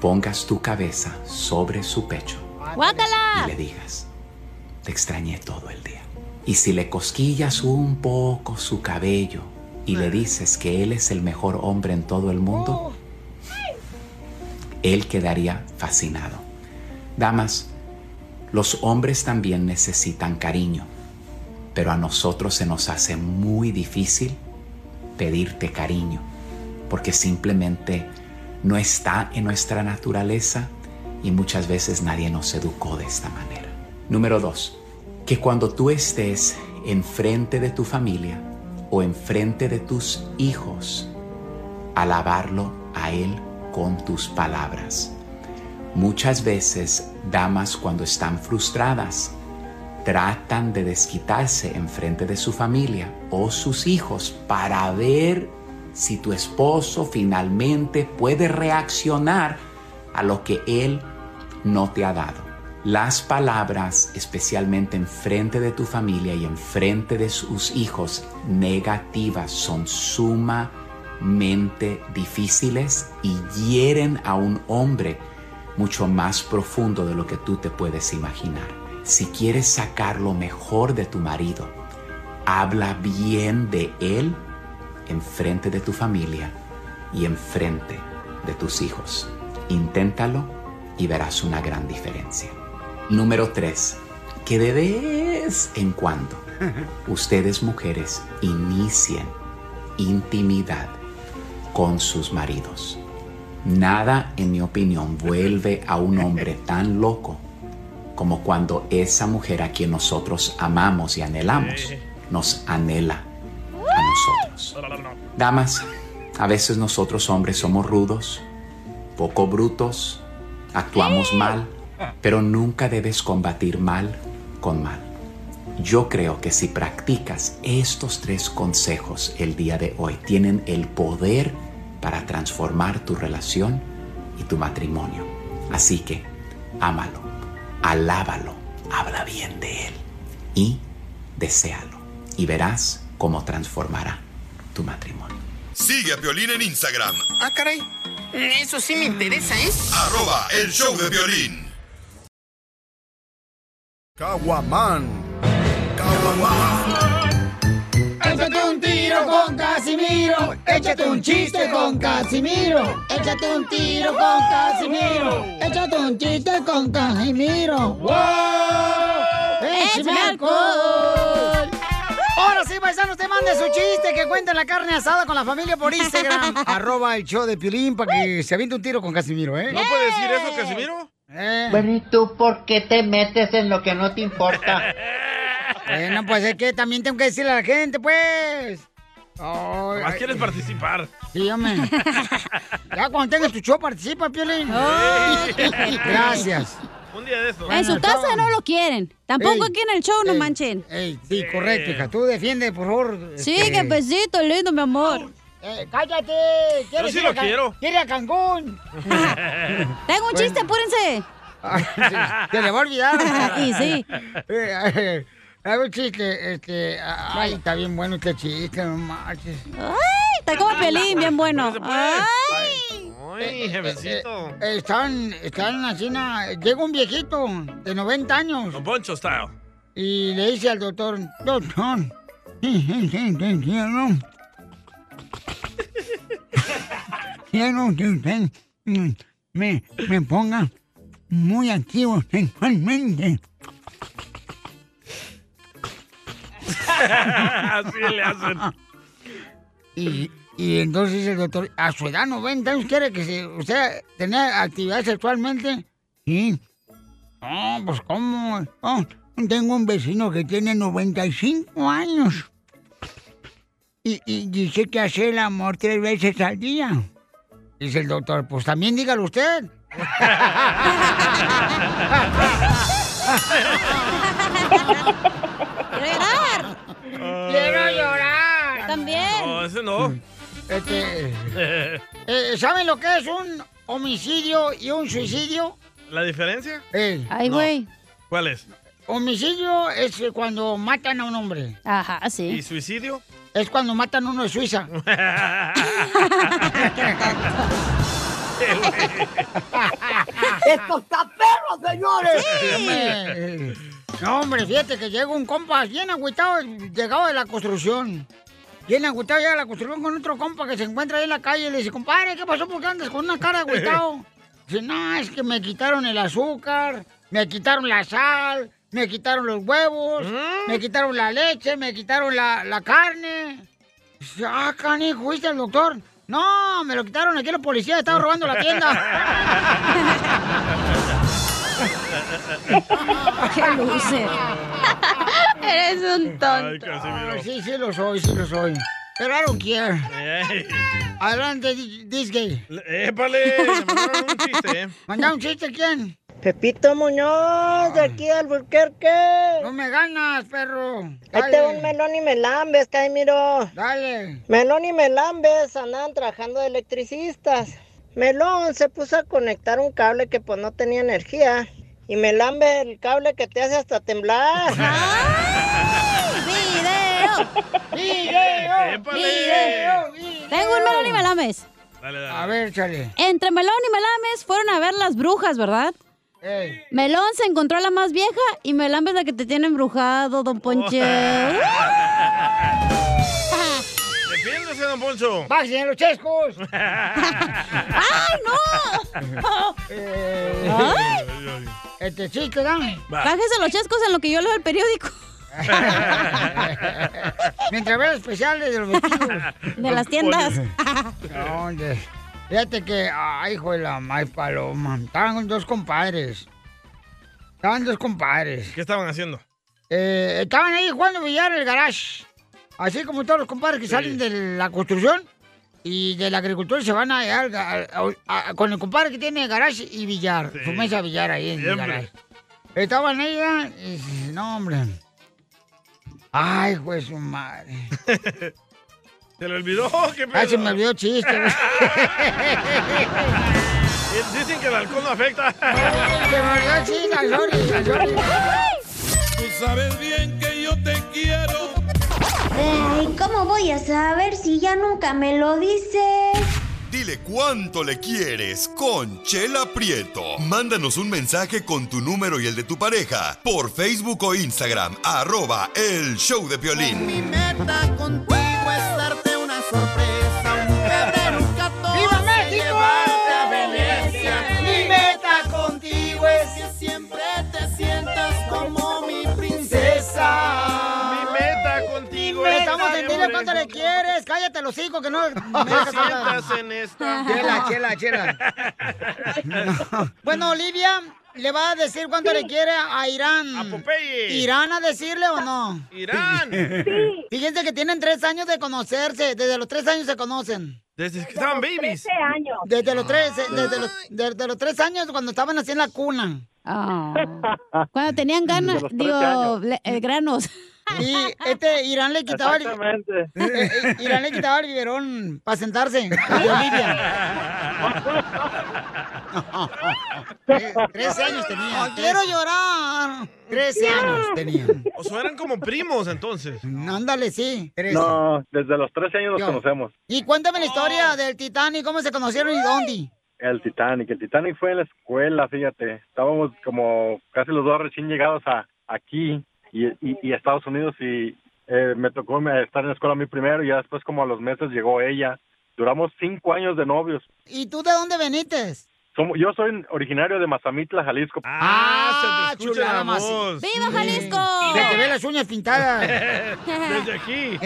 Speaker 21: pongas tu cabeza sobre su pecho y le
Speaker 6: ¡Guácala!
Speaker 21: digas, te extrañé todo el día. Y si le cosquillas un poco su cabello y le dices que él es el mejor hombre en todo el mundo, él quedaría fascinado. Damas, los hombres también necesitan cariño, pero a nosotros se nos hace muy difícil pedirte cariño, porque simplemente no está en nuestra naturaleza y muchas veces nadie nos educó de esta manera. Número dos, que cuando tú estés enfrente de tu familia o enfrente de tus hijos, alabarlo a él con tus palabras. Muchas veces damas cuando están frustradas tratan de desquitarse enfrente de su familia o sus hijos para ver si tu esposo finalmente puede reaccionar a lo que él no te ha dado. Las palabras, especialmente en frente de tu familia y en frente de sus hijos, negativas son sumamente difíciles y hieren a un hombre mucho más profundo de lo que tú te puedes imaginar. Si quieres sacar lo mejor de tu marido, habla bien de él en frente de tu familia y en frente de tus hijos. Inténtalo y verás una gran diferencia. Número 3. Que de vez en cuando ustedes mujeres inicien intimidad con sus maridos. Nada, en mi opinión, vuelve a un hombre tan loco como cuando esa mujer a quien nosotros amamos y anhelamos nos anhela a nosotros. Damas, a veces nosotros hombres somos rudos, poco brutos, actuamos mal, pero nunca debes combatir mal con mal. Yo creo que si practicas estos tres consejos el día de hoy, tienen el poder para transformar tu relación y tu matrimonio. Así que, ámalo, alábalo, habla bien de él y deséalo. Y verás cómo transformará tu matrimonio.
Speaker 4: Sigue a Piolín en Instagram,
Speaker 22: Ah, caray. Eso sí me interesa, ¿eh?
Speaker 4: arroba el show de violín.
Speaker 23: Caguaman.
Speaker 1: [laughs] Échate un tiro con Casimiro. Échate un chiste con [laughs] Casimiro. Échate un tiro con Casimiro. Échate un chiste con Casimiro. ¡Wow! ¡Échame alcohol! Ahora sí, paisanos, te mande su chiste que cuenta la carne asada con la familia por [laughs] Instagram. [laughs] arroba el show de Piolín para que se aviente un tiro con Casimiro, ¿eh?
Speaker 3: ¿No puede decir eso, Casimiro?
Speaker 1: Bueno, ¿y tú por qué te metes en lo que no te importa? [laughs] bueno, pues es que también tengo que decirle a la gente, pues. Ay,
Speaker 3: Más
Speaker 1: ay,
Speaker 3: quieres participar.
Speaker 1: Sí,
Speaker 3: [laughs]
Speaker 1: hombre. ya cuando tengas tu show, participa, Piolín.
Speaker 3: Ey.
Speaker 1: Gracias.
Speaker 3: Un día de estos.
Speaker 6: En su casa no lo quieren. Tampoco
Speaker 1: Ey,
Speaker 6: aquí en el show, no
Speaker 1: ey,
Speaker 6: manchen.
Speaker 1: Ey, sí, correcto, hija. Tú defiende, por favor.
Speaker 6: Sí,
Speaker 1: este,
Speaker 6: que besito lindo, mi amor.
Speaker 1: eh, cállate. ¿Quieres
Speaker 6: sí
Speaker 1: ir
Speaker 6: lo
Speaker 1: a Ca-
Speaker 6: quiero.
Speaker 1: Quiere a Cancún.
Speaker 6: Tengo un chiste, apúrense.
Speaker 1: Se le va a olvidar.
Speaker 6: [laughs] Y sí.
Speaker 1: Eh, [laughs] Hay un chiste, este. Ay, está bien bueno este chiste, no pues, marches.
Speaker 6: Ay, está como pelín, bien bueno. Ay.
Speaker 3: Ay, jefecito.
Speaker 1: Eh, eh, están, están así, na- llega un viejito de 90 años
Speaker 3: Poncho style.
Speaker 1: y le dice al doctor, doctor, [laughs] sí, sí, sí, sí, quiero, quiero que usted mm, me, me ponga muy activo sexualmente.
Speaker 2: [laughs]
Speaker 16: Así le hacen.
Speaker 1: Y, y entonces el doctor, a su edad 90 años, quiere que se, usted tenga actividad sexualmente. Sí. No, pues cómo. No, tengo un vecino que tiene 95 años. Y, y dice que hace el amor tres veces al día. Dice el doctor, pues también dígalo usted. Quiero llorar.
Speaker 6: También.
Speaker 3: No, ese no.
Speaker 1: Mm. Este- Eh, ¿Saben lo que es un homicidio y un suicidio?
Speaker 3: [laughs]
Speaker 1: Eh,
Speaker 3: ¿La diferencia?
Speaker 1: Ey.
Speaker 3: Ay, No. güey. ¿Cuál es?
Speaker 1: Homicidio es eh, cuando matan a un hombre.
Speaker 6: Ajá, sí.
Speaker 3: ¿Y suicidio?
Speaker 1: Es cuando matan a uno de
Speaker 3: [laughs]
Speaker 1: Suiza.
Speaker 16: ¡Esto está perro,
Speaker 1: [laughs]
Speaker 16: señores!
Speaker 1: Hombre. No, hombre, fíjate que llega un compa bien agüitado, llegado de la construcción. Bien agüitado llega a la construcción con otro compa que se encuentra ahí en la calle y le dice, compadre, ¿qué pasó? ¿Por qué andas con una cara de agüitado? Dice, no, es que me quitaron el azúcar, me quitaron la sal, me quitaron los huevos, me quitaron la leche, me quitaron la, la carne. Dice, ah, canijo, ¿viste el doctor? No, me lo quitaron aquí los policías, estaban robando la
Speaker 2: [laughs]
Speaker 1: tienda.
Speaker 6: ¡Qué luce! [laughs] Eres un tonto.
Speaker 1: Ah, sí, sí lo soy, sí lo soy. Pero I don't care. Adelante, di- Disney.
Speaker 3: ¡Épale! Me mandaron un chiste, ¿eh?
Speaker 1: ¿Manda un chiste quién?
Speaker 7: Pepito Muñoz, de aquí al Burquerque.
Speaker 1: No me ganas, perro.
Speaker 7: Ahí te va un melón y melambes, Caimiro.
Speaker 1: Dale.
Speaker 7: Melón y melambes andaban trabajando de electricistas. Melón se puso a conectar un cable que pues no tenía energía. Y melambe el cable que te hace hasta temblar.
Speaker 1: [laughs]
Speaker 7: [laughs]
Speaker 1: ¡Video!
Speaker 6: ¡Video! Tengo un melón y melames.
Speaker 1: Dale, dale. A ver, chale.
Speaker 6: Entre melón y melames fueron a ver las brujas, ¿verdad?
Speaker 1: Ey.
Speaker 6: Melón se encontró a la más vieja y melambes la que te tiene embrujado,
Speaker 8: [laughs]
Speaker 6: don Ponche.
Speaker 3: Defiéndase,
Speaker 1: [laughs]
Speaker 3: don Poncho.
Speaker 1: ¡Bájense los chescos!
Speaker 6: ¡Ay,
Speaker 2: [laughs]
Speaker 6: no!
Speaker 1: Eh, ¡Ay! Este chiste, dame.
Speaker 6: Bájese los chescos en lo que yo leo el periódico.
Speaker 1: [laughs] Mientras veo especiales de los vestidos.
Speaker 6: De las tiendas.
Speaker 1: ¿Dónde? Fíjate que, ay, hijo de la mal paloma. Estaban dos compadres. Estaban dos compadres.
Speaker 3: ¿Qué estaban haciendo?
Speaker 1: Eh, estaban ahí jugando billar en el garage. Así como todos los compadres que salen de la construcción y de la agricultura se van a, al- al- a- a- con el compadre que tiene garage y billar. Su mesa de billar ahí en el
Speaker 16: Siempre.
Speaker 1: garage. Estaban ahí, ya, y, no, hombre. Ay, pues su madre.
Speaker 3: ¿Se le olvidó? ¿Qué pedo?
Speaker 1: Ay, Ah, se me olvidó el chiste. güey.
Speaker 3: Dicen que el alcohol no
Speaker 1: [laughs]
Speaker 3: afecta.
Speaker 1: Se me olvidó el chiste, I'm sorry, I'm sorry.
Speaker 16: Tú sabes bien que yo te quiero.
Speaker 8: Ay, ¿cómo voy a saber si ya nunca me lo dices?
Speaker 4: Dile cuánto le quieres con Chela Prieto. Mándanos un mensaje con tu número y el de tu pareja por Facebook o Instagram, arroba el show de violín.
Speaker 16: Mi meta contigo es darte una sorpresa. Un
Speaker 1: [laughs]
Speaker 16: febrero 14. ¡Viva México! Llevarte a Venecia. Mi meta contigo es que siempre te sientas
Speaker 1: [laughs]
Speaker 16: como Oh, mi princesa.
Speaker 3: Mi meta contigo es.
Speaker 1: Estamos en dile
Speaker 3: amor.
Speaker 1: cuánto le quieres. Cállate los hijos que no me
Speaker 3: Me
Speaker 1: dejas hablar.
Speaker 3: sientas en esta.
Speaker 1: [laughs]
Speaker 16: [laughs]
Speaker 1: Chela, chela, chela. Bueno, Olivia le va a decir cuánto le quiere a Irán. A
Speaker 3: Popeye.
Speaker 1: ¿Irán a decirle o no?
Speaker 3: Irán. [laughs]
Speaker 1: Fíjense que tienen tres años de conocerse. Desde los tres años se conocen.
Speaker 3: Desde que estaban babies.
Speaker 1: años. Desde los tres, eh, desde los, desde los tres años cuando estaban así en la cuna.
Speaker 3: [laughs]
Speaker 6: Cuando tenían ganas,
Speaker 1: Desde los trece
Speaker 6: digo,
Speaker 1: años.
Speaker 6: Ah, [laughs] le- eh, granos.
Speaker 1: Y este Irán le quitaba el, [laughs] Eh, eh, Irán le quitaba el biberón para sentarse. al
Speaker 16: [laughs]
Speaker 1: de
Speaker 3: [laughs]
Speaker 1: Olivia. Tres- Trece años tenía.
Speaker 16: No,
Speaker 1: quiero llorar. Trece años tenía.
Speaker 3: O sea, eran como primos entonces.
Speaker 1: Ándale, sí. trece.
Speaker 24: No, desde los 13 años nos
Speaker 1: Yo.
Speaker 24: conocemos.
Speaker 1: Y cuéntame la historia del Titanic, cómo se conocieron y dónde.
Speaker 24: El Titanic. El Titanic fue en la escuela, fíjate. Estábamos como casi los dos recién llegados a aquí y, y- y a Estados Unidos y eh, me tocó me- estar en la escuela a mí primero y ya después como a los meses llegó ella. Duramos cinco años de novios.
Speaker 1: ¿Y tú de dónde veniste?
Speaker 24: Somo- yo soy originario de Mazamitla, Jalisco.
Speaker 1: Ah,
Speaker 24: se te escucha la voz.
Speaker 1: ¡Viva
Speaker 6: Jalisco!
Speaker 1: Se te ve las uñas pintadas. [laughs]
Speaker 3: [laughs]
Speaker 24: Desde aquí.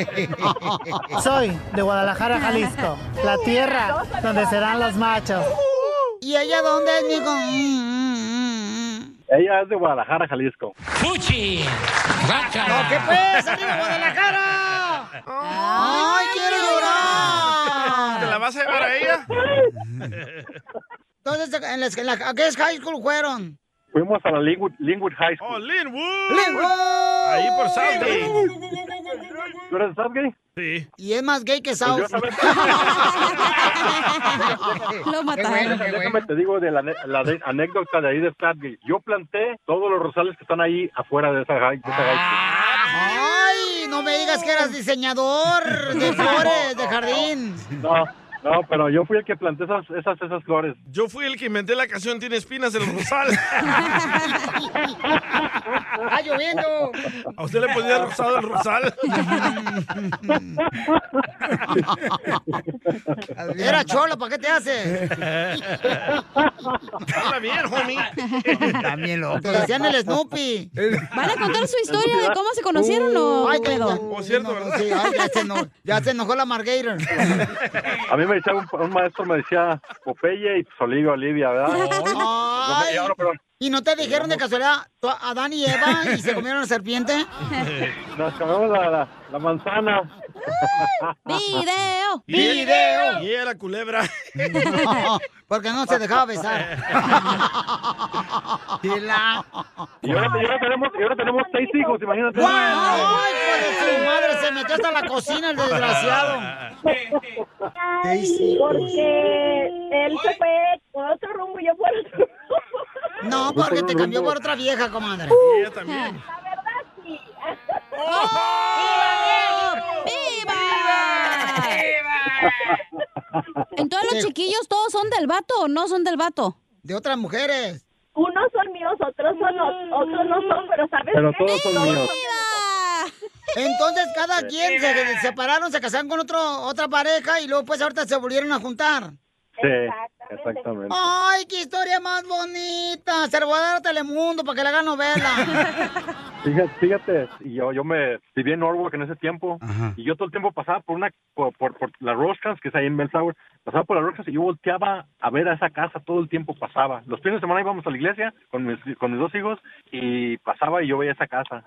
Speaker 20: Soy de Guadalajara, Jalisco, la tierra donde serán los
Speaker 1: [laughs]
Speaker 20: machos.
Speaker 1: ¿Y ella dónde es, mijo? Mm.
Speaker 24: Ella es de Guadalajara, Jalisco.
Speaker 1: ¡Fuchi! ¡No, qué pues! ¡Arriba Guadalajara! ¡Ay, quiero llorar!
Speaker 3: ¿Te la vas a llevar a ella?
Speaker 1: [laughs] Entonces, ¿en las- en la- ¿a qué high school fueron?
Speaker 24: Fuimos a la Linwood, Linwood High School.
Speaker 3: ¡Oh, Linwood!
Speaker 1: ¡Linwood!
Speaker 3: Ahí por Southgate.
Speaker 24: ¿Tú eres de Southgate?
Speaker 3: Sí.
Speaker 1: Y es más gay que Saúl.
Speaker 24: Pues yo
Speaker 6: [laughs]
Speaker 1: Lo
Speaker 24: Déjame- Déjame te digo de la, ne- la de- anécdota de ahí de Stratgate. Yo planté todos los rosales que están ahí afuera de esa, ga- de esa gaita.
Speaker 1: Ay, no me digas que eras diseñador de flores, de jardín.
Speaker 24: No, no, pero yo fui el que planté esas, esas, esas flores.
Speaker 3: Yo fui el que inventé la canción Tiene espinas el rosal.
Speaker 1: Está lloviendo.
Speaker 3: ¿A usted le ponía rosado el rosal?
Speaker 1: Era cholo, ¿para qué te haces?
Speaker 3: Habla bien, homie.
Speaker 1: También loco. Te decían el Snoopy.
Speaker 6: ¿Van a contar su historia de cómo se conocieron o
Speaker 1: Ay,
Speaker 6: qué
Speaker 1: qué
Speaker 6: pedo?
Speaker 1: Por cierto, ¿verdad? Sí, ay, ya, se enojó, ya se enojó la Margator.
Speaker 24: A mí me decía un, un maestro, me decía Popeye y pues, Olivia, Olivia, ¿verdad? No sé, y ahora, pero-
Speaker 1: ¿Y no te dijeron de casualidad tú, Adán y Eva y se comieron la
Speaker 24: [laughs]
Speaker 1: serpiente?
Speaker 24: Nos comemos la, la, la manzana.
Speaker 1: [laughs] ¡Video!
Speaker 3: ¡Video! oh. Y era
Speaker 1: [laughs]
Speaker 3: culebra.
Speaker 1: No, porque no se dejaba
Speaker 24: [laughs]
Speaker 1: besar. Tela.
Speaker 24: Y ahora, y ahora tenemos, y ahora tenemos seis hijos, imagínate.
Speaker 1: ¡Ay, hijo de su madre! Se metió hasta la cocina el desgraciado.
Speaker 9: Porque él se fue por otro rumbo y yo por otro
Speaker 1: No, porque te cambió por otra vieja, comadre.
Speaker 3: Y ella también.
Speaker 6: Entonces los chiquillos todos son del vato o no son del vato?
Speaker 1: De otras mujeres.
Speaker 9: Unos son míos, otros son ot- otros no son, pero sabes
Speaker 24: Pero
Speaker 9: qué?
Speaker 24: todos son míos.
Speaker 1: Entonces cada quien se separaron, se casaron con otro, otra pareja y luego pues ahorita se volvieron a juntar.
Speaker 24: Sí, exactamente.
Speaker 1: ¡Ay, qué historia más bonita! Se la voy a dar a Telemundo para que le hagan
Speaker 24: [laughs]
Speaker 1: novela.
Speaker 24: Fíjate, fíjate, y yo, yo me viví en Norwalk en ese tiempo y yo todo el tiempo pasaba por una por, por, por la Rosecrans, que es ahí en Bell Tower, pasaba por la Rosecrans y yo volteaba a ver a esa casa, todo el tiempo pasaba. Los fines de semana íbamos a la iglesia con mis, con mis dos hijos y pasaba y yo veía esa casa.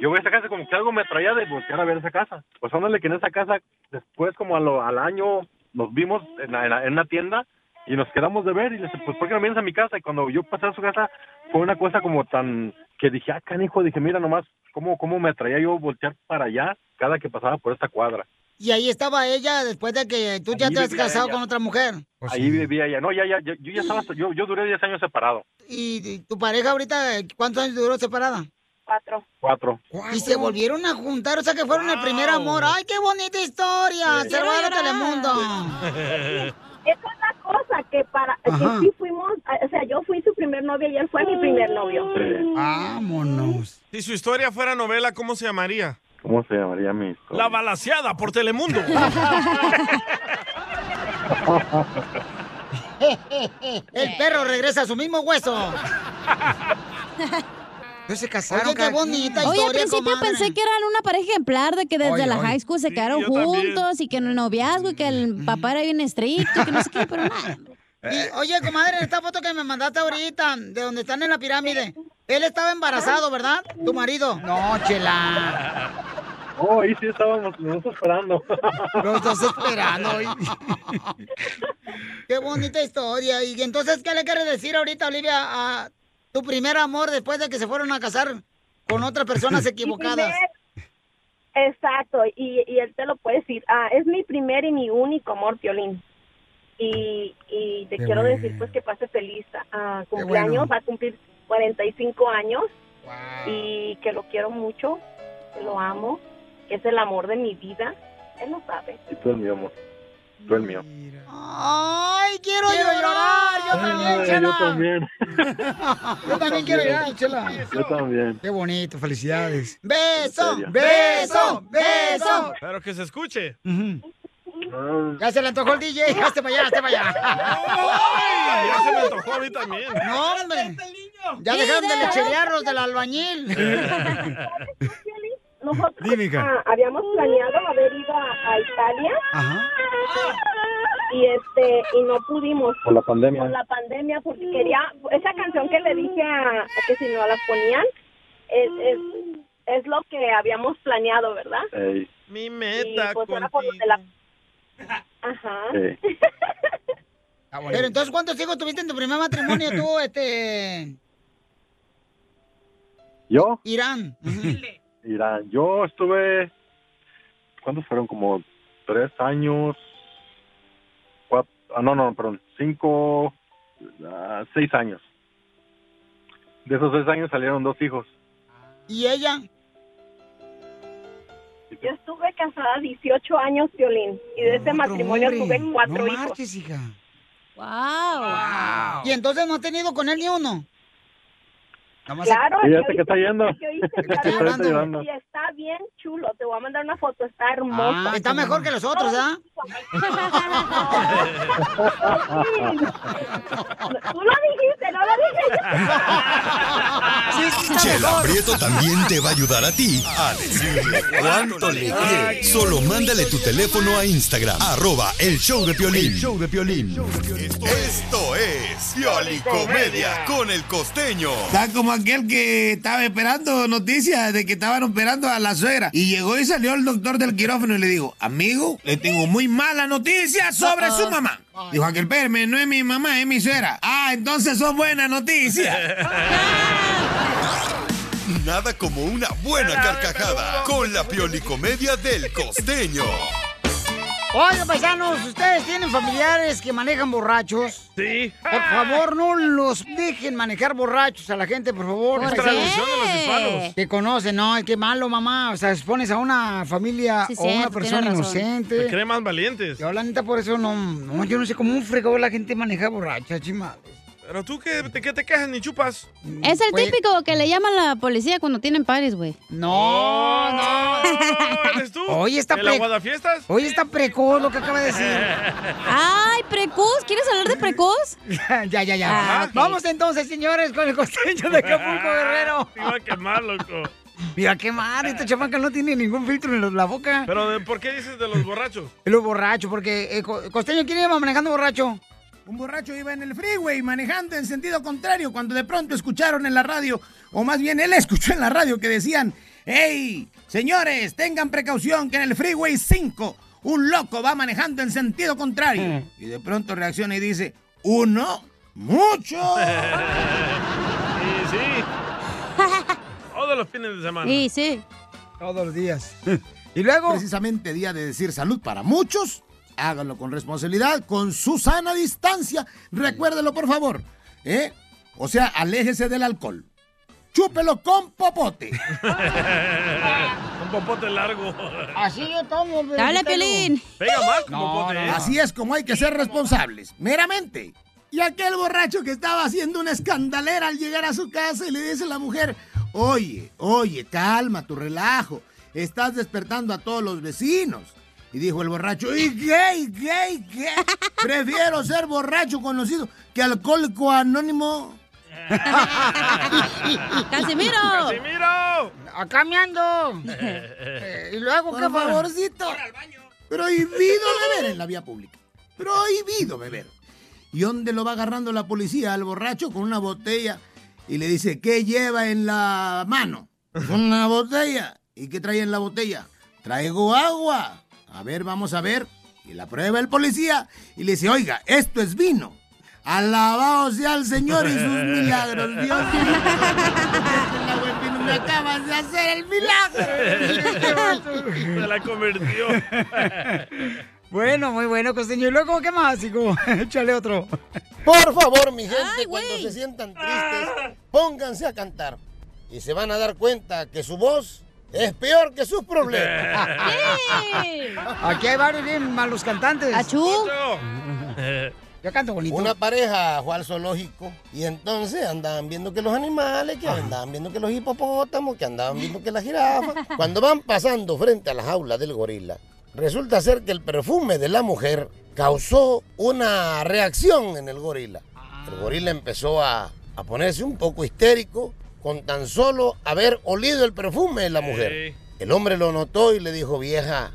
Speaker 24: Yo veía esa casa como que algo me atraía de voltear a ver esa casa. Pues ándale que en esa casa, después como a lo- al año, nos vimos en, la- en la- en una tienda y nos quedamos de ver y le dije, pues ¿por qué no vienes a mi casa? Y cuando yo pasé a su casa fue una cosa como tan que dije, ah, canijo, dije, mira nomás cómo, cómo me atraía yo voltear para allá cada que pasaba por esta cuadra.
Speaker 1: y ahí estaba ella después de que tú ya
Speaker 24: Ahí
Speaker 1: te has
Speaker 24: vivía
Speaker 1: casado
Speaker 24: ella.
Speaker 1: con otra mujer.
Speaker 24: Ahí vivía ella. No, ya, ya, yo, yo ya estaba, yo, yo duré 10 años separado.
Speaker 1: ¿Y, y tu pareja ahorita eh, cuántos años duró separada?
Speaker 9: Cuatro.
Speaker 24: Cuatro.
Speaker 1: Y se volvieron a juntar, o sea que fueron el primer amor. ¡Ay, qué bonita historia!
Speaker 24: Sí.
Speaker 1: Se lo voy a dar a Telemundo.
Speaker 24: [laughs]
Speaker 9: Esa es la cosa que para que
Speaker 1: Ajá.
Speaker 9: sí fuimos, o sea, yo fui su primer novio y él fue mi primer novio.
Speaker 1: Vámonos.
Speaker 3: Si su historia fuera novela, ¿cómo se llamaría?
Speaker 24: ¿Cómo se llamaría mi historia?
Speaker 3: La balaseada
Speaker 1: [laughs]
Speaker 3: por Telemundo.
Speaker 1: El perro regresa a su mismo hueso. No se casaron. Oye, qué bonita
Speaker 6: Oye, al
Speaker 1: historia,
Speaker 6: principio
Speaker 1: comadre.
Speaker 6: pensé que eran una pareja ejemplar, de que desde
Speaker 1: Oye,
Speaker 6: la
Speaker 1: oye.
Speaker 6: high school se
Speaker 1: Sí,
Speaker 6: quedaron
Speaker 1: yo también. Mm.
Speaker 6: juntos y que en el noviazgo y que el papá era bien estricto y que no sé qué, pero nada.
Speaker 3: Eh,
Speaker 1: Y, [laughs] oye, comadre, en esta foto que me mandaste ahorita, de donde están en la pirámide, él estaba embarazado, ¿verdad? Tu marido. No, chela.
Speaker 24: Oh, ahí sí estábamos nosotros esperando.
Speaker 1: Los dos
Speaker 24: [laughs]
Speaker 1: esperando. Qué bonita historia. Y entonces, ¿qué le quieres decir ahorita, Olivia, a tu primer amor después de que se fueron a casar con otras [laughs] personas equivocadas?
Speaker 9: Mi primer- Exacto, y, y él te lo puede decir. Ah, es mi primer y mi único amor, Piolín. Y, y te
Speaker 10: Qué
Speaker 9: quiero
Speaker 10: bueno.
Speaker 9: decir pues que pase feliz ah,
Speaker 10: Qué
Speaker 9: cumpleaños,
Speaker 10: bueno.
Speaker 9: va a cumplir 45 años y que lo quiero mucho, que lo amo, que es el amor de mi vida. Él lo sabe.
Speaker 24: [laughs] Y tú el mío, amor. Tú el mío.
Speaker 1: ¡Ay, quiero, llorar! Yo también,
Speaker 24: Ay,
Speaker 1: Chela.
Speaker 24: yo también.
Speaker 1: Yo también quiero llorar, Chela.
Speaker 24: Yo también.
Speaker 1: Qué bonito, felicidades. ¡Beso!
Speaker 24: serio.
Speaker 1: ¡Beso! ¡Beso!
Speaker 3: Pero que se escuche.
Speaker 1: Ya se le antojó el DJ. ¡Hazte para allá, hazte para allá!
Speaker 3: Ya se me antojó a mí también.
Speaker 1: ¡No, hombre! Ya dejaron de
Speaker 9: Video.
Speaker 1: lecherear los del albañil.
Speaker 3: [laughs]
Speaker 9: Nosotros
Speaker 1: Dime, hija.
Speaker 9: ah, habíamos planeado haber ido a, a Italia
Speaker 1: Ajá.
Speaker 9: y este y no pudimos
Speaker 24: Por la pandemia.
Speaker 9: por la pandemia porque quería esa canción que le dije a, a que si no la ponían es, es, es lo que habíamos planeado verdad
Speaker 24: Ey,
Speaker 3: mi
Speaker 9: meta pues ahora por lo de la ajá
Speaker 24: ey.
Speaker 1: Pero entonces, ¿cuántos hijos tuviste en tu primer matrimonio
Speaker 3: [laughs]
Speaker 1: tú, este,
Speaker 24: ¿Yo?
Speaker 1: Irán?
Speaker 24: [laughs] Irán, yo estuve ¿cuántos fueron? Como tres años, cuatro, ah, no, no, perdón, cinco, ah, seis años. De esos seis años salieron dos hijos.
Speaker 1: ¿Y ella?
Speaker 9: Yo estuve casada 18 años, Violín, y de ese matrimonio
Speaker 1: hombre.
Speaker 9: tuve cuatro
Speaker 1: No
Speaker 9: hijos.
Speaker 1: marches, hija.
Speaker 6: Wow.
Speaker 1: ¿Y entonces no ha tenido con él ni uno? Nomás-
Speaker 9: Claro,
Speaker 24: Y ya
Speaker 9: yo
Speaker 24: sé que
Speaker 9: hice-
Speaker 24: está yendo.
Speaker 9: yo hice-
Speaker 24: Que está ahorita llorando.
Speaker 9: Y está bien chulo, te voy a mandar una foto, está hermoso.
Speaker 1: Ah, está mejor que los otros, ¿ah?
Speaker 9: Tú lo dijiste, no lo dijiste.
Speaker 4: [laughs] Chela Prieto también te va a ayudar a ti a decirle cuánto le quiere. Solo mándale tu teléfono a Instagram, arroba el show de Piolín.
Speaker 22: El
Speaker 4: show de Esto es Piolicomedia con el costeño.
Speaker 22: Está como aquel que estaba esperando noticias de que estaban operando a la suegra. Y llegó y salió el doctor del quirófano y le dijo, amigo, le tengo muy mala noticia sobre su mamá. Dijo aquel, espérame, no es mi mamá, es mi suegra. Ah, entonces son buenas noticias.
Speaker 4: Nada como una buena carcajada con la Piolicomedia del costeño.
Speaker 1: Oigan, paisanos, ¿ustedes tienen familiares que manejan borrachos? Sí. Por favor, no los dejen manejar borrachos a la gente, por favor.
Speaker 3: Es ¿Por tradición de los qué? hispanos.
Speaker 1: Que conocen, no, qué malo, mamá. O sea, expones a una familia
Speaker 3: Sí,
Speaker 1: o a una
Speaker 3: cierto,
Speaker 1: persona
Speaker 3: tienes razón.
Speaker 1: inocente.
Speaker 3: Se creen más valientes.
Speaker 1: Yo, la neta, por eso no, no, yo no sé cómo un fregado la gente maneja borracha, chima.
Speaker 3: Pero tú que te, que te quejas ni chupas.
Speaker 6: Es el
Speaker 1: Oye.
Speaker 6: típico que le llaman a la policía cuando tienen pares, güey.
Speaker 1: No, Oh, no. [laughs]
Speaker 3: ¿Eres tú?
Speaker 1: Hoy está
Speaker 3: ¿El la
Speaker 1: pre-
Speaker 3: guadafiestas?
Speaker 1: Hoy está precoz lo que acaba de decir.
Speaker 6: [laughs] Ay, precoz, ¿quieres hablar de precoz?
Speaker 1: [laughs]
Speaker 6: Ah,
Speaker 1: ya, ya, ya. Vamos entonces, señores, con el costeño de
Speaker 3: [laughs]
Speaker 1: Acapulco, Guerrero.
Speaker 3: Te iba a quemar, loco.
Speaker 1: Mira, qué mal, esta chamaca no tiene ningún filtro en la boca.
Speaker 3: Ah. Pero ¿de- ¿por qué dices de los borrachos?
Speaker 1: Lo borracho, porque eh, Co- Costeño, ¿quién iba manejando borracho?
Speaker 22: Un borracho iba en el freeway manejando en sentido contrario cuando de pronto escucharon en la radio, o más bien él escuchó en la radio que decían, ¡Hey, señores, tengan precaución que en el freeway 5 un loco va manejando en sentido contrario!
Speaker 3: Mm.
Speaker 22: Y de pronto reacciona y dice, ¡Uno, mucho!
Speaker 3: [laughs] Sí, sí. Todos los fines de semana.
Speaker 22: sí.
Speaker 1: Todos los días. Y luego...
Speaker 22: Precisamente día de decir salud para muchos. Háganlo con responsabilidad, con su sana distancia. Recuérdelo, por favor. ¿eh? O sea, aléjese del alcohol. Chúpelo con popote.
Speaker 3: [laughs] Un popote largo.
Speaker 1: Así yo tomo,
Speaker 22: Dale, Pelín.
Speaker 3: Pega más como popote. ¿eh?
Speaker 22: Así es como hay que ser responsables, meramente. [laughs] Y aquel borracho que estaba haciendo una escandalera al llegar a su casa y le dice a la mujer, oye, oye, calma tu relajo, estás despertando a todos los vecinos. Y dijo el borracho, ¿y qué, y qué, y qué? Prefiero ser borracho conocido que alcohólico anónimo.
Speaker 1: ¡Casimiro!
Speaker 3: ¡Casimiro!
Speaker 1: Acá me ando.
Speaker 6: [laughs]
Speaker 1: Eh, y luego,
Speaker 22: Por
Speaker 1: ¿qué fue?
Speaker 22: favorcito. Prohibido beber en la vía pública. Prohibido beber. ¿Y dónde lo va agarrando la policía al borracho con una botella? Y le dice, ¿qué lleva en la mano? Con una botella. ¿Y qué trae en la botella? Traigo agua. A ver, vamos a ver. Y la prueba el policía y le dice, oiga, esto es vino. Alabado sea el Señor y sus
Speaker 2: [laughs]
Speaker 22: milagros, Dios. Me acabas de hacer el milagro.
Speaker 3: Se la convirtió.
Speaker 1: Bueno, muy bueno, Costeño. ¿Y luego qué más, hijo? [laughs] Échale otro.
Speaker 12: Por favor, mi gente, cuando se sientan tristes, pónganse a cantar. Y se van a dar cuenta que su voz es peor que sus problemas.
Speaker 1: Aquí hay varios bien malos cantantes.
Speaker 12: ¡Achú!
Speaker 1: Yo canto bonito.
Speaker 12: Una pareja fue al zoológico y entonces andaban viendo que los animales, que andaban viendo que los hipopótamos, que andaban viendo que la jirafa. Cuando van pasando frente a la jaula del gorila, resulta ser que el perfume de la mujer causó una reacción en el gorila. El gorila empezó a, a ponerse un poco histérico con tan solo haber olido el perfume de la mujer. El hombre lo notó y le dijo, vieja,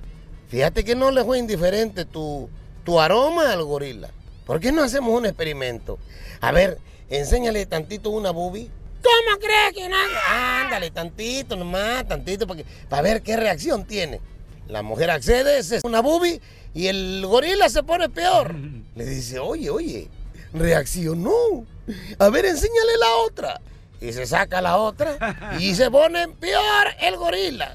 Speaker 12: fíjate que no le fue indiferente tu, tu aroma al gorila. ¿Por qué no hacemos un experimento? A ver, enséñale tantito una boobie. ¿Cómo crees que no? Ándale, tantito nomás, tantito, para, que- para ver qué reacción tiene. La mujer accede, se una boobie y el gorila se pone [laughs] peor. Le dice, oye, oye, reaccionó. A ver, enséñale la otra. y se saca la otra y se pone peor el gorila,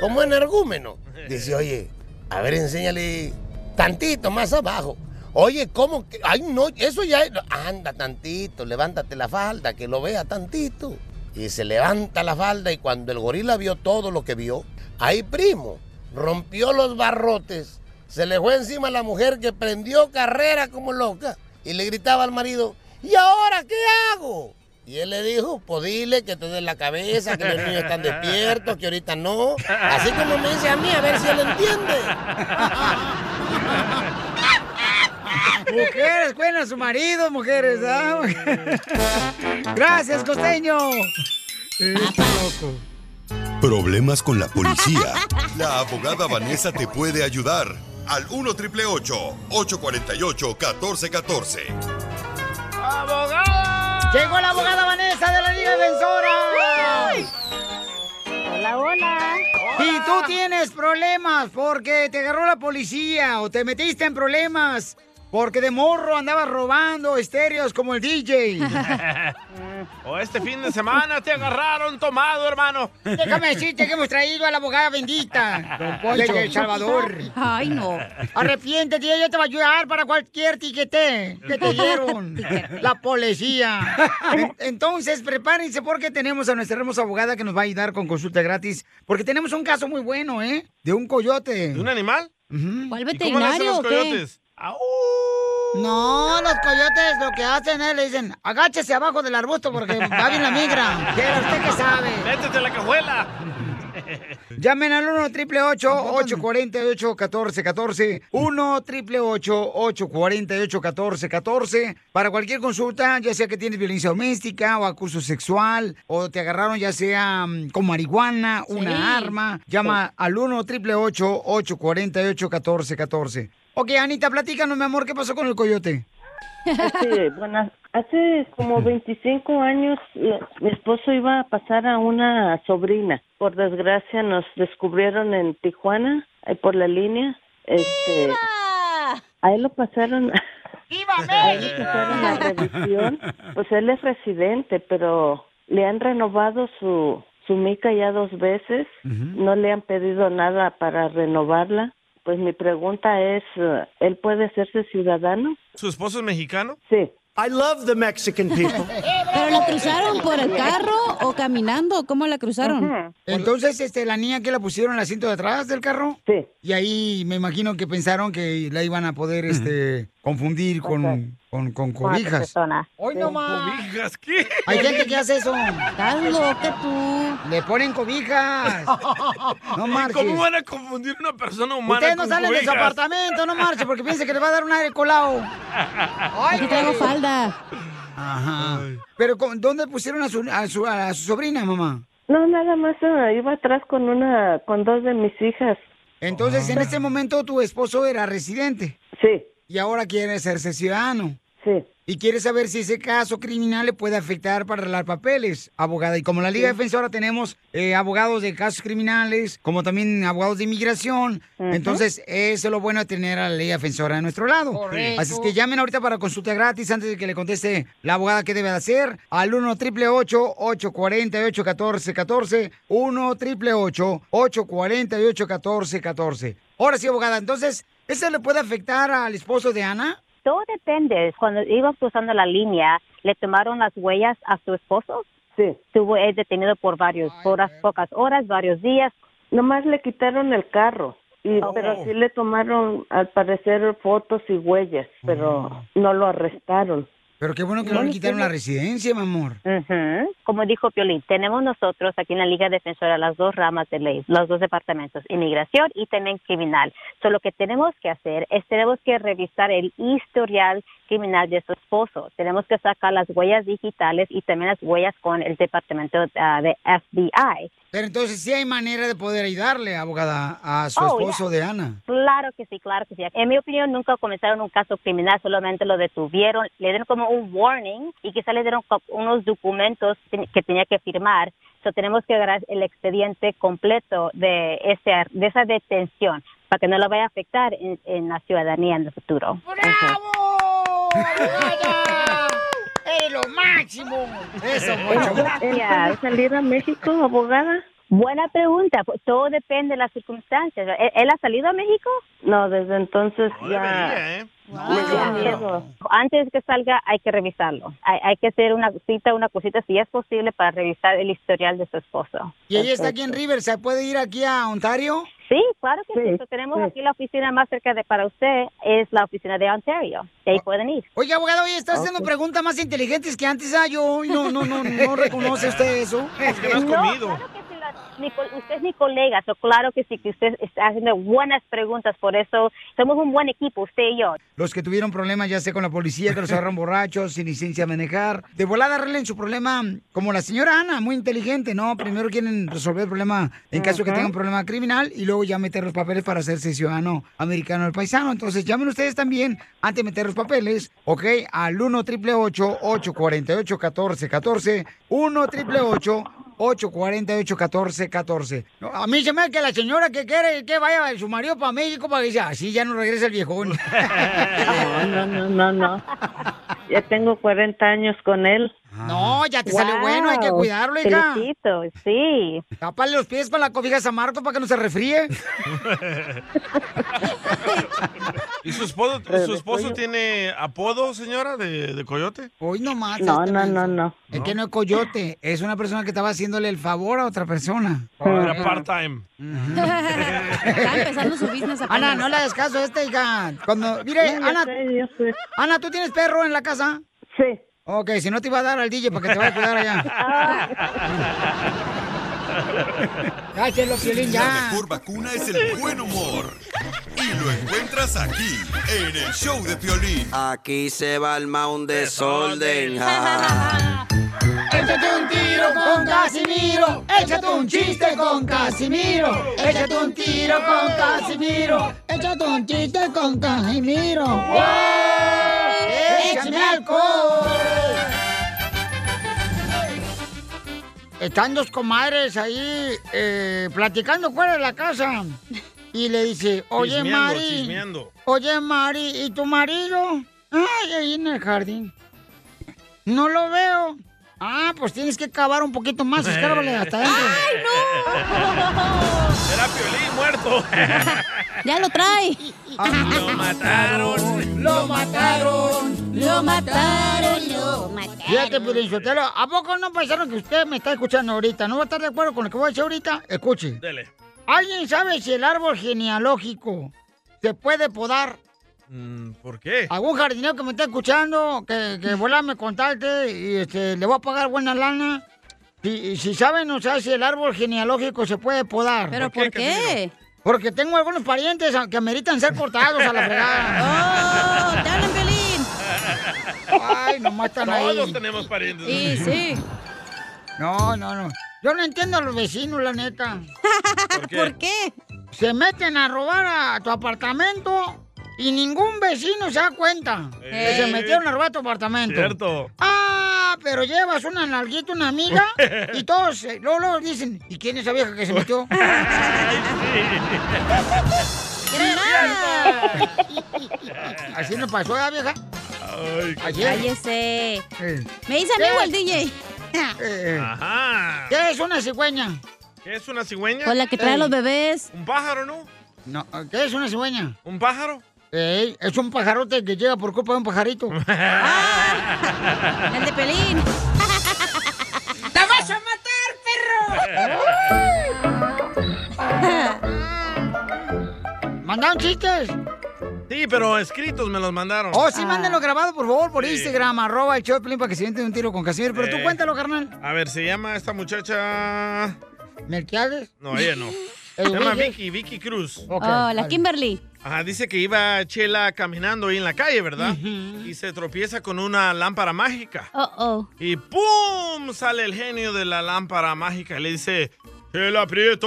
Speaker 12: como energúmeno. Dice, oye, a ver, enséñale tantito más abajo. Oye, ¿cómo? que- Ay, no, eso ya... es- Anda tantito, levántate la falda, que lo vea tantito. Y se levanta la falda y cuando el gorila vio todo lo que vio, ahí primo, rompió los barrotes, se le fue encima a la mujer que prendió carrera como loca y le gritaba al marido, ¿y ahora qué hago? Y él le dijo, pues dile que te dé la cabeza, que los niños están despiertos, que ahorita no. Así como me dice a mí, a ver si él entiende.
Speaker 1: Mujeres, cuiden a su marido, mujeres. ¿ah?
Speaker 12: Eh.
Speaker 1: Gracias, costeño. Ah,
Speaker 4: Problemas con la [laughs] policía. La abogada Vanessa te puede ayudar. Al 1 848 1414.
Speaker 1: ¡Abogada! Llegó la abogada Vanessa de la Liga Defensora. Hola, hola. Si tú tienes problemas porque te agarró la policía o te metiste en problemas porque de morro andabas robando estéreos como el DJ. [laughs]
Speaker 3: O este fin de semana te agarraron tomado, hermano.
Speaker 1: Déjame decirte que hemos traído a la abogada bendita
Speaker 3: Don Poncho.
Speaker 1: de El Salvador.
Speaker 3: Ay, no.
Speaker 1: Arrepiéntete, ella te va a ayudar para cualquier tiquete que te
Speaker 3: [laughs]
Speaker 1: dieron. la policía. En- Entonces, prepárense porque tenemos a nuestra hermosa abogada que nos va a ayudar con consulta gratis. Porque tenemos un caso muy bueno, ¿eh? De un coyote. ¿De un
Speaker 3: animal?
Speaker 1: ¿Cuál
Speaker 3: veterinario o qué? coyotes?
Speaker 1: Ah, oh. No, los coyotes lo que hacen es le dicen, agáchese abajo del arbusto porque va bien la
Speaker 3: [laughs]
Speaker 1: migra. Pero usted que sabe.
Speaker 3: Métete a la cajuela.
Speaker 1: Llamen al 1 888 848 1414 1 888 848 1414 para cualquier consulta, ya sea que tienes violencia doméstica o acuso sexual, o te agarraron ya sea mm, con marihuana, una arma. Llama al 1 888 848 1414 Ok, Anita, platícanos, mi amor, ¿qué pasó con el coyote?
Speaker 5: Este, bueno, hace como 25 años la- mi esposo iba a pasar a una sobrina. Por desgracia nos descubrieron en Tijuana, ahí por la línea. Este, ahí lo pasaron. Ahí lo
Speaker 2: [laughs]
Speaker 5: pasaron a revisión. Pues él es residente, pero le han renovado su su mica ya dos veces. No le han pedido nada para renovarla. Pues mi pregunta es, eh, ¿él puede hacerse ciudadano?
Speaker 3: ¿Su esposo es mexicano?
Speaker 5: Sí. I love the Mexican people.
Speaker 6: ¿Pero la cruzaron por el carro o caminando? ¿Cómo la cruzaron?
Speaker 1: Entonces, este, la niña que la pusieron en el asiento de atrás del carro.
Speaker 5: Sí.
Speaker 1: Y ahí me imagino que pensaron que la iban a poder este, confundir
Speaker 3: Pues
Speaker 1: con, con, con cobijas. Hoy no más.
Speaker 3: ¿Cobijas qué?
Speaker 1: Hay gente que hace eso. Estás loca tú. Le ponen
Speaker 3: [laughs]
Speaker 1: cobijas. [laughs] No
Speaker 3: ¿Y
Speaker 1: marches.
Speaker 3: ¿Cómo van a confundir una persona humana
Speaker 1: Ustedes no
Speaker 3: con
Speaker 1: salen de su
Speaker 3: cobijas?
Speaker 1: apartamento, no marchen, porque piensen que le va a dar un aire colado.
Speaker 3: Aquí
Speaker 6: traigo
Speaker 1: falda. Ajá. Pero, ¿con- ¿dónde pusieron a su, a su, a su sobrina, mamá?
Speaker 5: No, nada más eh, iba atrás con una, con dos de mis hijas.
Speaker 1: Entonces, en este momento tu esposo era residente.
Speaker 5: Sí.
Speaker 1: Y ahora quiere hacerse ciudadano.
Speaker 5: Sí.
Speaker 1: Y quiere saber si ese caso criminal le puede afectar para arreglar papeles, abogada. Y como en la Liga
Speaker 5: Sí.
Speaker 1: Defensora tenemos eh, abogados de casos criminales, como también abogados de inmigración,
Speaker 5: Ujú.
Speaker 1: entonces eso es lo bueno de tener a la Liga Defensora a nuestro lado.
Speaker 5: Correcto.
Speaker 1: Así es que llamen ahorita para consulta gratis antes de que le conteste la abogada qué debe de hacer al 1 triple 848 1414 1 triple 848 1414 Ahora sí, abogada, entonces, ¿eso le puede afectar al esposo de Ana?
Speaker 13: Todo depende. Cuando iba cruzando la línea, le tomaron las huellas a su esposo. Sí. Estuvo él detenido por varios, por unas pocas horas, varios días.
Speaker 5: Nomás le quitaron el carro. Y,
Speaker 13: Ok.
Speaker 5: Pero sí le tomaron, al parecer, fotos y huellas, pero no lo arrestaron.
Speaker 1: Pero qué bueno que no le quitaron la residencia, mi amor.
Speaker 13: Ujú. Como dijo Piolín, tenemos nosotros aquí en la Liga Defensora las dos ramas de ley, los dos departamentos, inmigración y también criminal. So, lo que tenemos que hacer es tenemos que revisar el historial criminal de su esposo. Tenemos que sacar las huellas digitales y también las huellas con el departamento ah, de FBI.
Speaker 1: Pero entonces sí hay manera de poder ayudarle, abogada, a su
Speaker 13: Oh,
Speaker 1: esposo
Speaker 13: ya.
Speaker 1: de Ana.
Speaker 13: Claro que sí, claro que sí. En mi opinión, nunca comenzaron un caso criminal, solamente lo detuvieron, le dieron como un warning y quizá le dieron co- unos documentos ten- que tenía que firmar. So, tenemos que agarrar el expediente completo de, ese, ar- de esa detención para que no lo vaya a afectar en, en la ciudadanía en el futuro.
Speaker 1: ¡Bravo! ¡Eres lo más! máximo. Eso,
Speaker 13: Muchas gracias.
Speaker 7: salir a México, abogada?
Speaker 13: Buena pregunta. pues, Todo depende de las circunstancias. ¿Él, él ha salido a México?
Speaker 7: No, desde entonces ya...
Speaker 1: Ah,
Speaker 7: Me dio miedo.
Speaker 13: Antes que salga hay que revisarlo. Hay, hay que hacer una cita, una cosita, si es posible, para revisar el historial de su esposo.
Speaker 1: Y ella está aquí en River, ¿se puede ir aquí a Ontario?
Speaker 13: Sí, claro que sí.
Speaker 1: Sí,
Speaker 13: So, tenemos
Speaker 1: sí.
Speaker 13: aquí la oficina más cerca de para usted, es la oficina de Ontario. De ahí pueden ir.
Speaker 1: Oye, Oh. abogado, oye, está haciendo
Speaker 13: Ok.
Speaker 1: preguntas más inteligentes que antes. Ah, yo, no, no, no, no reconoce usted eso.
Speaker 13: claro que sí, la- mi co- usted es mi colega, so claro que sí, que usted está haciendo buenas preguntas, por eso somos un buen equipo, usted y yo.
Speaker 1: Los que tuvieron problemas, ya sé, con la policía, que los agarran borrachos, sin licencia a manejar. De volada arreglen su problema, como la señora Ana, muy inteligente, ¿no? Primero quieren resolver el problema en caso que
Speaker 16: Ajá.
Speaker 1: tengan un problema criminal y luego ya meter los papeles para hacerse ciudadano americano del paisano. Entonces llamen ustedes también, antes de meter los papeles, ¿ok? Al 1 888 848 1414 1 888 848-1414. No, a mí se me hace que la señora que quiere que vaya su marido para México para que diga, así ya no regresa el viejón.
Speaker 7: No, no, no, no, no. Ya tengo 40 años con él. Ah.
Speaker 1: No, ya te salió bueno, hay que
Speaker 7: Wow,
Speaker 1: cuidarlo, hija.
Speaker 13: Felicito, sí.
Speaker 1: Tapale los pies con la cobija San Marcos para que no se refríe.
Speaker 3: ¿Y su
Speaker 7: [laughs]
Speaker 3: esposo, su esposo tiene apodo, señora, de, de coyote?
Speaker 1: Hoy no más.
Speaker 7: [laughs] No,
Speaker 1: este
Speaker 7: no,
Speaker 1: menso.
Speaker 7: no, no.
Speaker 1: Es que no es coyote, es una persona que estaba haciéndole el favor a otra persona.
Speaker 3: Ah, Era
Speaker 1: [laughs]
Speaker 3: part-time.
Speaker 1: Está
Speaker 6: empezando su business apenas.
Speaker 1: Ana, no le hagas caso a esta hija. Cuando, mire,
Speaker 7: No, ya
Speaker 1: Ana,
Speaker 7: sé, ya sé.
Speaker 1: Ana, ¿tú tienes perro en la casa?
Speaker 7: Sí. Ah.
Speaker 1: Ok, si no te iba a dar al DJ para que te vaya a cuidar allá. Cállelo, Piolín,
Speaker 4: La
Speaker 1: ya.
Speaker 4: mejor vacuna es el buen humor. Y lo encuentras aquí, en el show de Piolín.
Speaker 2: Aquí se va el mound desorden. ja.
Speaker 1: Échate un tiro con Casimiro. Échate un chiste con Casimiro. Échate un tiro con Casimiro. Échate un chiste con Casimiro. ¡Wow! ¡Échame alcohol! Están dos comadres ahí eh, platicando fuera de la casa. Y le dice, oye,
Speaker 3: Chismeando,
Speaker 1: Mari.
Speaker 3: chismeando.
Speaker 1: Oye, Mari, ¿y tu marido? Ay, ahí en el jardín. No lo veo. Ah, pues tienes que cavar un poquito más, escárvale
Speaker 6: Eh.
Speaker 1: hasta adentro.
Speaker 3: no! Era Piolín
Speaker 1: [laughs]
Speaker 3: muerto.
Speaker 6: [laughs] Ya lo trae.
Speaker 3: Lo mataron.
Speaker 1: Lo
Speaker 3: [laughs]
Speaker 1: mataron, lo mataron, lo mataron. Fíjate, Piolín Sotelo, ¿a poco no pensaron que usted me está escuchando ahorita? ¿No va a estar de acuerdo con lo que voy a decir ahorita? Escuche.
Speaker 3: Dele.
Speaker 1: ¿Alguien sabe si el árbol genealógico se puede podar?
Speaker 3: Mm, ¿Por qué? Mm.
Speaker 1: ¿Algún jardinero que me esté escuchando, que, que volá me contacte y este, le voy a pagar buena lana? Si, si saben, o sea, si el árbol genealógico se puede podar.
Speaker 6: ¿Pero por qué,
Speaker 1: Porque tengo algunos parientes a- que ameritan ser cortados a la
Speaker 6: [laughs]
Speaker 1: fregada. ¡Oh! ¡Te hablan, Pelín! ¡Ay, nomás están ahí!
Speaker 3: Todos tenemos parientes.
Speaker 1: No, no, no. Yo no entiendo a los vecinos, la [laughs] neta. ¿Por qué? Se meten a robar a tu apartamento y ningún vecino se da cuenta que se
Speaker 16: Ey.
Speaker 1: metieron a robar tu apartamento.
Speaker 16: Cierto.
Speaker 1: Ah, pero llevas una nalguita, una amiga y todos eh, luego, luego dicen, ¿y quién es esa vieja que se metió? [laughs] Así me pasó, ¿eh, vieja? Ayer.
Speaker 6: Cállese.
Speaker 1: Eh.
Speaker 6: Me dice
Speaker 1: ¿Qué?
Speaker 6: amigo el DJ.
Speaker 3: Ajá.
Speaker 1: ¿Qué es una cigüeña?
Speaker 3: ¿Qué es una cigüeña?
Speaker 6: Con la que trae los bebés.
Speaker 3: ¿Un pájaro, no?
Speaker 1: No, ¿qué es una cigüeña?
Speaker 3: ¿Un pájaro?
Speaker 1: Ey, es un pajarote que llega por culpa de un
Speaker 3: [laughs]
Speaker 1: pajarito.
Speaker 6: Ah.
Speaker 1: [laughs]
Speaker 6: El
Speaker 2: [laughs]
Speaker 6: de Pelín.
Speaker 1: ¡Te vas a matar, perro! ¿Mandaron chistes?
Speaker 3: Sí, pero escritos me los mandaron.
Speaker 1: Oh, sí,
Speaker 6: Ah.
Speaker 1: mándenlo grabado, por favor, por Instagram, arroba el show de Piolín, para que se vente un tiro con Casimiro. Pero tú
Speaker 3: Eh.
Speaker 1: cuéntalo, carnal.
Speaker 3: A ver, se llama esta muchacha.
Speaker 1: ¿Melquiades?
Speaker 3: No, ella no. Se
Speaker 1: El
Speaker 3: llama
Speaker 1: Reyes.
Speaker 3: Vicky, Vicky Cruz.
Speaker 6: oh, la Kimberly.
Speaker 3: Ajá, dice que iba Chela caminando ahí en la calle, ¿verdad? Y se tropieza con una lámpara mágica.
Speaker 6: Oh, oh.
Speaker 3: Y ¡pum! Sale el genio de la lámpara mágica y le dice, ¡El aprieto!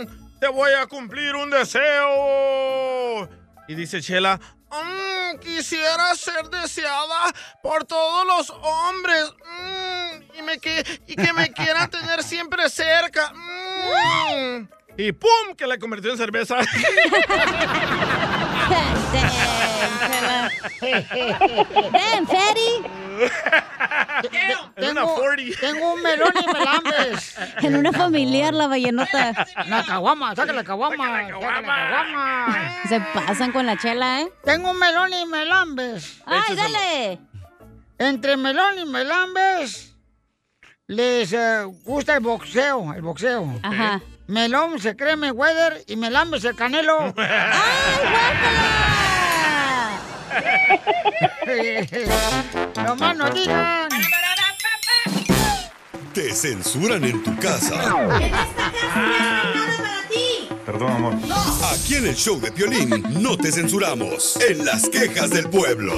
Speaker 3: Mm, ¡Te voy a cumplir un deseo! Y dice Chela, Mm, quisiera ser deseada por todos los hombres mm, y, me que, y que me quieran tener siempre cerca. mm. Y ¡pum! que la convirtió en cerveza.
Speaker 6: Ven, Ferry.
Speaker 1: Tengo, tengo un melón y
Speaker 3: [laughs]
Speaker 1: melambes.
Speaker 6: En una familiar la vallenota.
Speaker 1: La caguama, saca la caguama. saca la caguama.
Speaker 6: Se pasan con la chela, ¿eh?
Speaker 1: Tengo un melón y melambes.
Speaker 6: ¡Ay, dale!
Speaker 1: Entre melón y melambes les eh, gusta el boxeo, el boxeo.
Speaker 6: Ajá.
Speaker 1: Melón se cree Mayweather y melambes el
Speaker 6: [laughs]
Speaker 1: canelo. No más no digan.
Speaker 4: Te censuran en tu casa. Perdón, amor. Aquí en el show de Piolín no te censuramos. En las quejas del pueblo.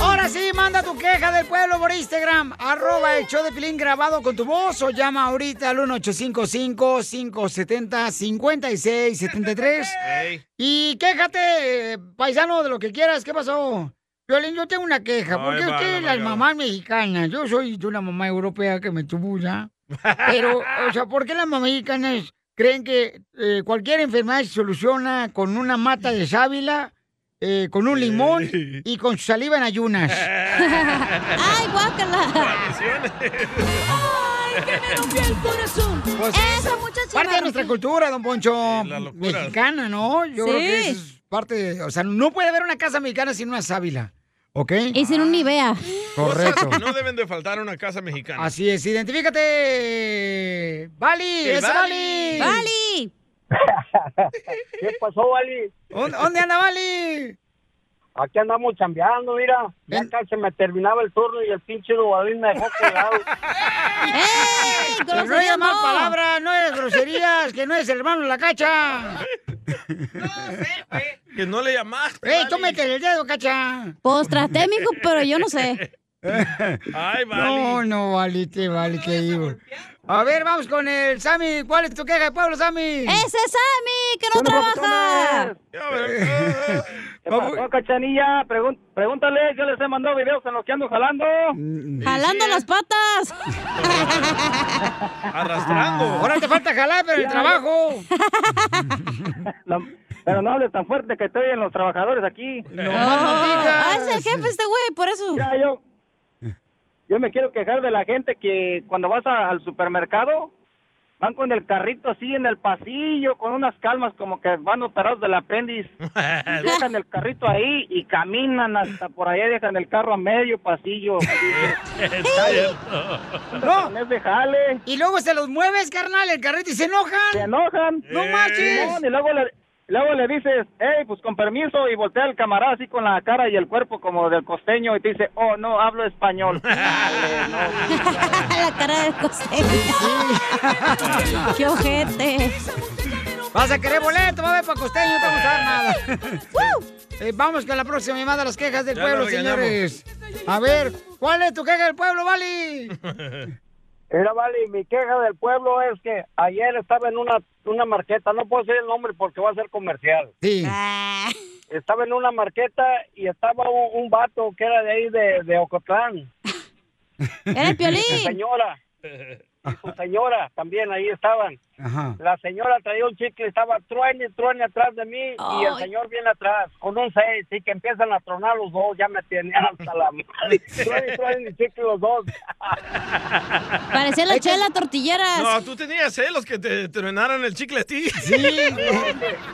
Speaker 1: Ahora sí, manda tu queja del pueblo por Instagram. Arroba el show de Pilín grabado con tu voz o llama ahorita al 1855-570-5673. Y quéjate, eh, paisano, de lo que quieras. ¿Qué pasó? Violín, yo tengo una queja. Porque
Speaker 2: Ahí va,
Speaker 1: ustedes,
Speaker 2: la
Speaker 1: las mamás mexicanas, yo soy de una mamá europea que me tuvo ya. Pero, o sea, ¿por qué las mamás mexicanas creen que eh, cualquier enfermedad se soluciona con una mata de sábila, eh, con un limón y con su saliva en ayunas?
Speaker 6: ¡Ay, guácala!
Speaker 2: ¡Ay, que me rompió el corazón!
Speaker 3: Pues
Speaker 6: Esa muchacha
Speaker 1: Parte de nuestra cultura, don Poncho. mexicana, ¿no? Yo
Speaker 6: Sí.
Speaker 1: creo que eso es parte. de- o sea, no puede haber una casa mexicana sin una sábila. ¿Ok? Ah.
Speaker 6: Y sin un Nivea.
Speaker 3: [laughs]
Speaker 1: Correcto.
Speaker 3: No deben de faltar una casa mexicana.
Speaker 1: Así es, identifícate. ¡Bali!
Speaker 3: Sí,
Speaker 1: ¡Es Bali!
Speaker 3: Bali.
Speaker 6: ¡Bali!
Speaker 17: ¿Qué pasó, Vali?
Speaker 1: ¿Dónde, dónde anda Vali?
Speaker 17: Aquí andamos chambeando, mira. Ya casi se me terminaba el turno y el pinche Dubalín me dejó colgado.
Speaker 1: Que no
Speaker 2: grosería
Speaker 1: es más
Speaker 2: no.
Speaker 1: palabras, no es groserías, que no es hermano la cacha.
Speaker 3: Que no le llamaste.
Speaker 1: ¡Ey, tú métele el dedo, cacha!
Speaker 6: Pues traté, mijo, pero
Speaker 1: [laughs]
Speaker 6: yo no sé.
Speaker 3: Ay, Vali.
Speaker 1: No, no, Vali, te vale, que digo. A ver, vamos con el Sammy. ¿Cuál es tu queja de pueblo, Sammy?
Speaker 6: ¡Ese Sammy, que no trabaja!
Speaker 17: ¿Qué pasó, cachanilla? Pregun- pregúntale, yo les he mandado videos en los que ando jalando.
Speaker 6: ¡Jalando las patas!
Speaker 17: Arrastrando.
Speaker 1: Ahora te falta jalar, pero
Speaker 6: [laughs]
Speaker 1: el trabajo.
Speaker 17: pero no hables tan fuerte que estoy en los trabajadores aquí. No,
Speaker 6: ¡Ah, es el jefe este güey, por eso!
Speaker 17: Ya, yo, yo me quiero quejar de la gente que cuando vas a- al supermercado van con el carrito así en el pasillo, con unas calmas como que van operados del
Speaker 1: [laughs]
Speaker 17: apéndice. Y dejan el carrito ahí y caminan hasta por allá, dejan el carro a
Speaker 1: [laughs]
Speaker 17: medio pasillo.
Speaker 1: No.
Speaker 17: Es de jale.
Speaker 1: Y luego se los mueves, carnal, el carrito y se enojan.
Speaker 17: Se enojan.
Speaker 1: No manches.
Speaker 17: Y luego le, luego le dices, hey, pues con permiso, y voltea el camarada así con la cara y el cuerpo como del costeño y te dice, oh, no,
Speaker 1: [laughs]
Speaker 17: hablo español. Dale, no.
Speaker 6: [laughs] la cara del costeño. ¡Qué ojete!
Speaker 1: Vas a querer boleto, va a ver para costeño, no te va a gustar nada. [laughs] Eh, vamos con la próxima llamada a las quejas del
Speaker 2: Ya lo
Speaker 1: pueblo,
Speaker 2: regañamos.
Speaker 1: señores. A ver, ¿cuál es tu queja del pueblo, Vali?
Speaker 17: Mira, Vali, mi queja del pueblo es que ayer estaba en una, una marqueta, no puedo decir el nombre porque va a ser comercial. Ah.
Speaker 1: Sí.
Speaker 6: Ah,
Speaker 17: Estaba en una marqueta y estaba un, un vato que era de ahí, de, de Ocotlán.
Speaker 6: ¡Era
Speaker 17: Y
Speaker 6: el
Speaker 17: su
Speaker 6: piolín!
Speaker 17: señora, y su señora también ahí estaban.
Speaker 1: Ajá.
Speaker 17: La señora traía un chicle, estaba truene, truene atrás de mí y el
Speaker 6: Ay.
Speaker 17: señor viene atrás con un seis y que empiezan a tronar los dos, ya me tenían hasta la
Speaker 6: [laughs]
Speaker 17: madre. Truene, truene el chicle los dos.
Speaker 6: Parecía la chela tortilleras.
Speaker 3: No, tú tenías celos que te terminaron el chicle a ti. [laughs]
Speaker 1: Sí,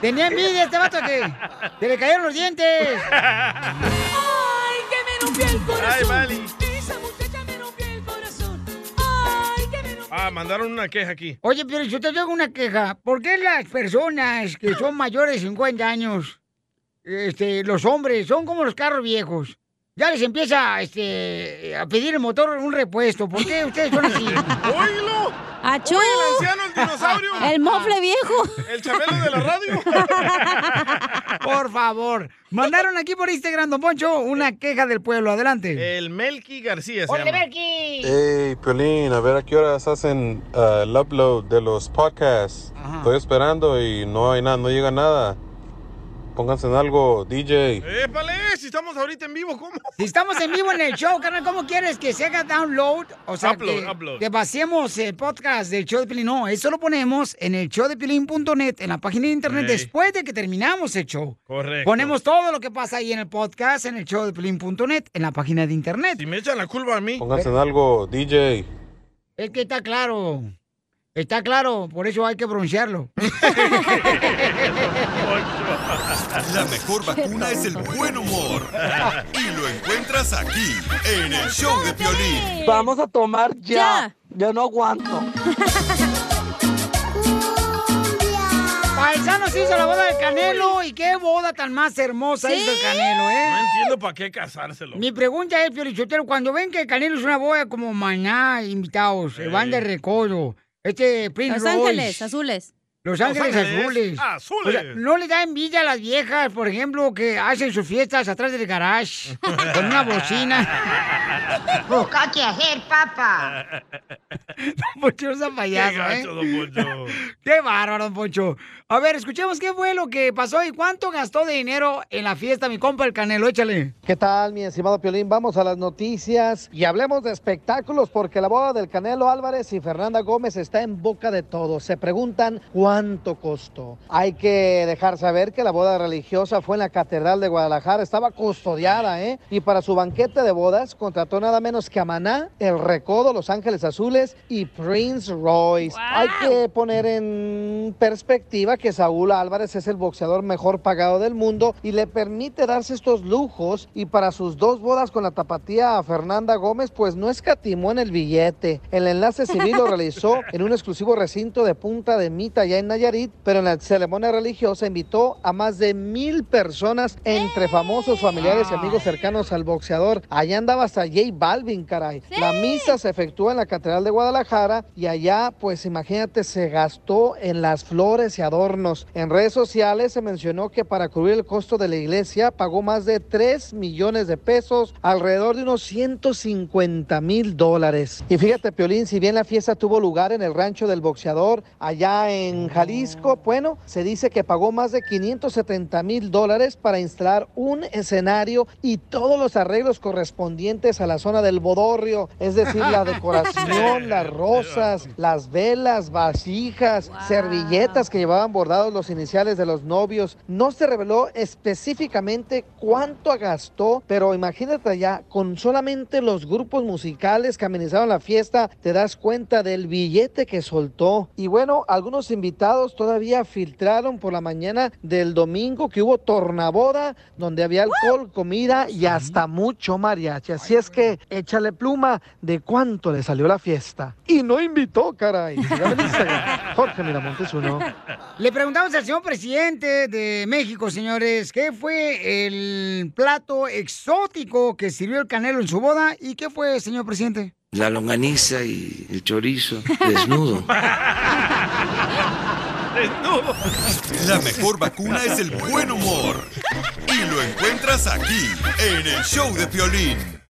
Speaker 1: tenía envidia este vato que, que le cayeron los dientes.
Speaker 2: ¡Ay, que me rompió el corazón!
Speaker 3: Ay, Vali.
Speaker 2: Esa muchacha me rompió el corazón. ¡Ay, que me rompió
Speaker 3: Ah, mandaron una queja aquí.
Speaker 1: Oye, pero yo te tengo una queja. ¿Por qué las personas que son mayores de 50 años, este, los hombres, son como los carros viejos? Ya les empieza este, a pedir el motor un repuesto. ¿Por qué ustedes son así?
Speaker 3: [laughs] ¡Oílo!
Speaker 6: ¡Achú!
Speaker 3: ¡Oye, el anciano, el dinosaurio!
Speaker 6: [laughs] ¡El mofle viejo!
Speaker 3: ¡El chabelo de la radio!
Speaker 1: [laughs] Por favor. Mandaron aquí por Instagram, don Poncho, una queja del pueblo. Adelante.
Speaker 3: El Melky García se
Speaker 1: ¡Ole,
Speaker 3: llama.
Speaker 1: Belki!
Speaker 15: Hey, Piolín, a ver a qué horas hacen ah, el upload de los podcasts. Estoy esperando y no hay nada, no llega nada. Pónganse en algo, DJ.
Speaker 3: ¡Épale! Si estamos ahorita en vivo, ¿cómo?
Speaker 1: Si estamos en vivo en el show, carnal, ¿cómo quieres que se haga download? O sea,
Speaker 3: Upload,
Speaker 1: que,
Speaker 3: upload.
Speaker 1: que vaciemos el podcast del show de Pilín. No, eso lo ponemos en el showdepilín.net, en la página de internet,
Speaker 3: Ey.
Speaker 1: después de que terminamos el show.
Speaker 3: Correcto.
Speaker 1: Ponemos todo lo que pasa ahí en el podcast, en el showdepilín.net, en la página de internet. Eh,
Speaker 3: Si me echan la culpa a mí.
Speaker 15: Pónganse en algo, DJ.
Speaker 1: Es que está claro. Está claro, por eso hay que pronunciarlo.
Speaker 4: La mejor vacuna es el buen humor. Y lo encuentras aquí, en el show de Piolín.
Speaker 5: Vamos a tomar ya. Yo no aguanto.
Speaker 1: Paisanos hizo la boda del Canelo y qué boda tan más hermosa hizo el Canelo, ¿eh?
Speaker 3: No entiendo para qué casárselo.
Speaker 1: Mi pregunta es, Piolichotero, cuando ven que el Canelo es una boda como maná, invitados, se van de recodo, este Prince
Speaker 2: Los
Speaker 1: Royce,
Speaker 2: Ángeles, azules.
Speaker 1: Los Ángeles
Speaker 2: Los Ángeles
Speaker 1: Azules.
Speaker 2: Azules.
Speaker 1: O sea, no le da envidia a las viejas, por ejemplo, que hacen sus fiestas atrás del garage con una
Speaker 3: [laughs]
Speaker 1: bocina. Busca que hacer, [laughs] papá. Poncho no sea payaso,
Speaker 25: Qué gacho,
Speaker 1: ¿eh? Qué bárbaro, don Poncho. A ver, escuchemos qué fue lo que pasó y cuánto gastó de dinero en la fiesta mi compa el Canelo. Échale.
Speaker 5: ¿Qué tal, mi estimado Piolín? Vamos a las noticias y hablemos de espectáculos porque la boda del Canelo Álvarez y Fernanda Gómez está en boca de todos. Se preguntan cuánto costó. Hay que dejar saber que la boda religiosa fue en la Catedral de Guadalajara, estaba custodiada, ¿eh? Y para su banquete de bodas contrató nada menos que a Maná, El Recodo, Los Ángeles Azules y Prince Royce. Hay que poner en perspectiva que Saúl Álvarez es el boxeador mejor pagado del mundo y le permite darse estos lujos y para sus dos bodas con la tapatía a Fernanda Gómez pues no escatimó en el billete. El enlace civil lo realizó en un exclusivo recinto de Punta de Mita allá en Nayarit, pero en la ceremonia religiosa invitó a más de mil personas entre famosos, familiares y amigos cercanos al boxeador. Allá andaba hasta J Balvin, caray. La misa se efectúa en la Catedral de Guadalajara y allá, pues imagínate, se gastó en las flores y adornos. En redes sociales se mencionó que para cubrir el costo de la iglesia pagó más de 3 millones de pesos, alrededor de unos 150 mil dólares. Y fíjate, Piolín, si bien la fiesta tuvo lugar en el rancho del boxeador allá en Jalisco, bueno, se dice que pagó más de 570 mil dólares para instalar un escenario y todos los arreglos correspondientes a la zona del bodorrio, es decir, la decoración, las rosas, las velas, vasijas, servilletas que llevaban bordados los iniciales de los novios. No se reveló específicamente cuánto gastó, pero imagínate ya, con solamente los grupos musicales que amenizaron la fiesta, te das cuenta del billete que soltó. Y bueno, algunos invitados todavía filtraron por la mañana del domingo que hubo tornaboda, donde había alcohol, comida y hasta mucho mariachi. Así es que échale pluma de cuánto le salió la fiesta. Y no invitó, caray. Sígame en Instagram, Jorge Miramontes uno.
Speaker 1: Le preguntamos al señor presidente de México, señores, ¿qué fue el plato exótico que sirvió el Canelo en su boda? ¿Y qué fue, señor presidente?
Speaker 12: La longaniza y el chorizo
Speaker 1: [laughs]
Speaker 12: desnudo.
Speaker 4: La mejor vacuna es el buen humor. Y lo encuentras aquí, en el show de Piolín.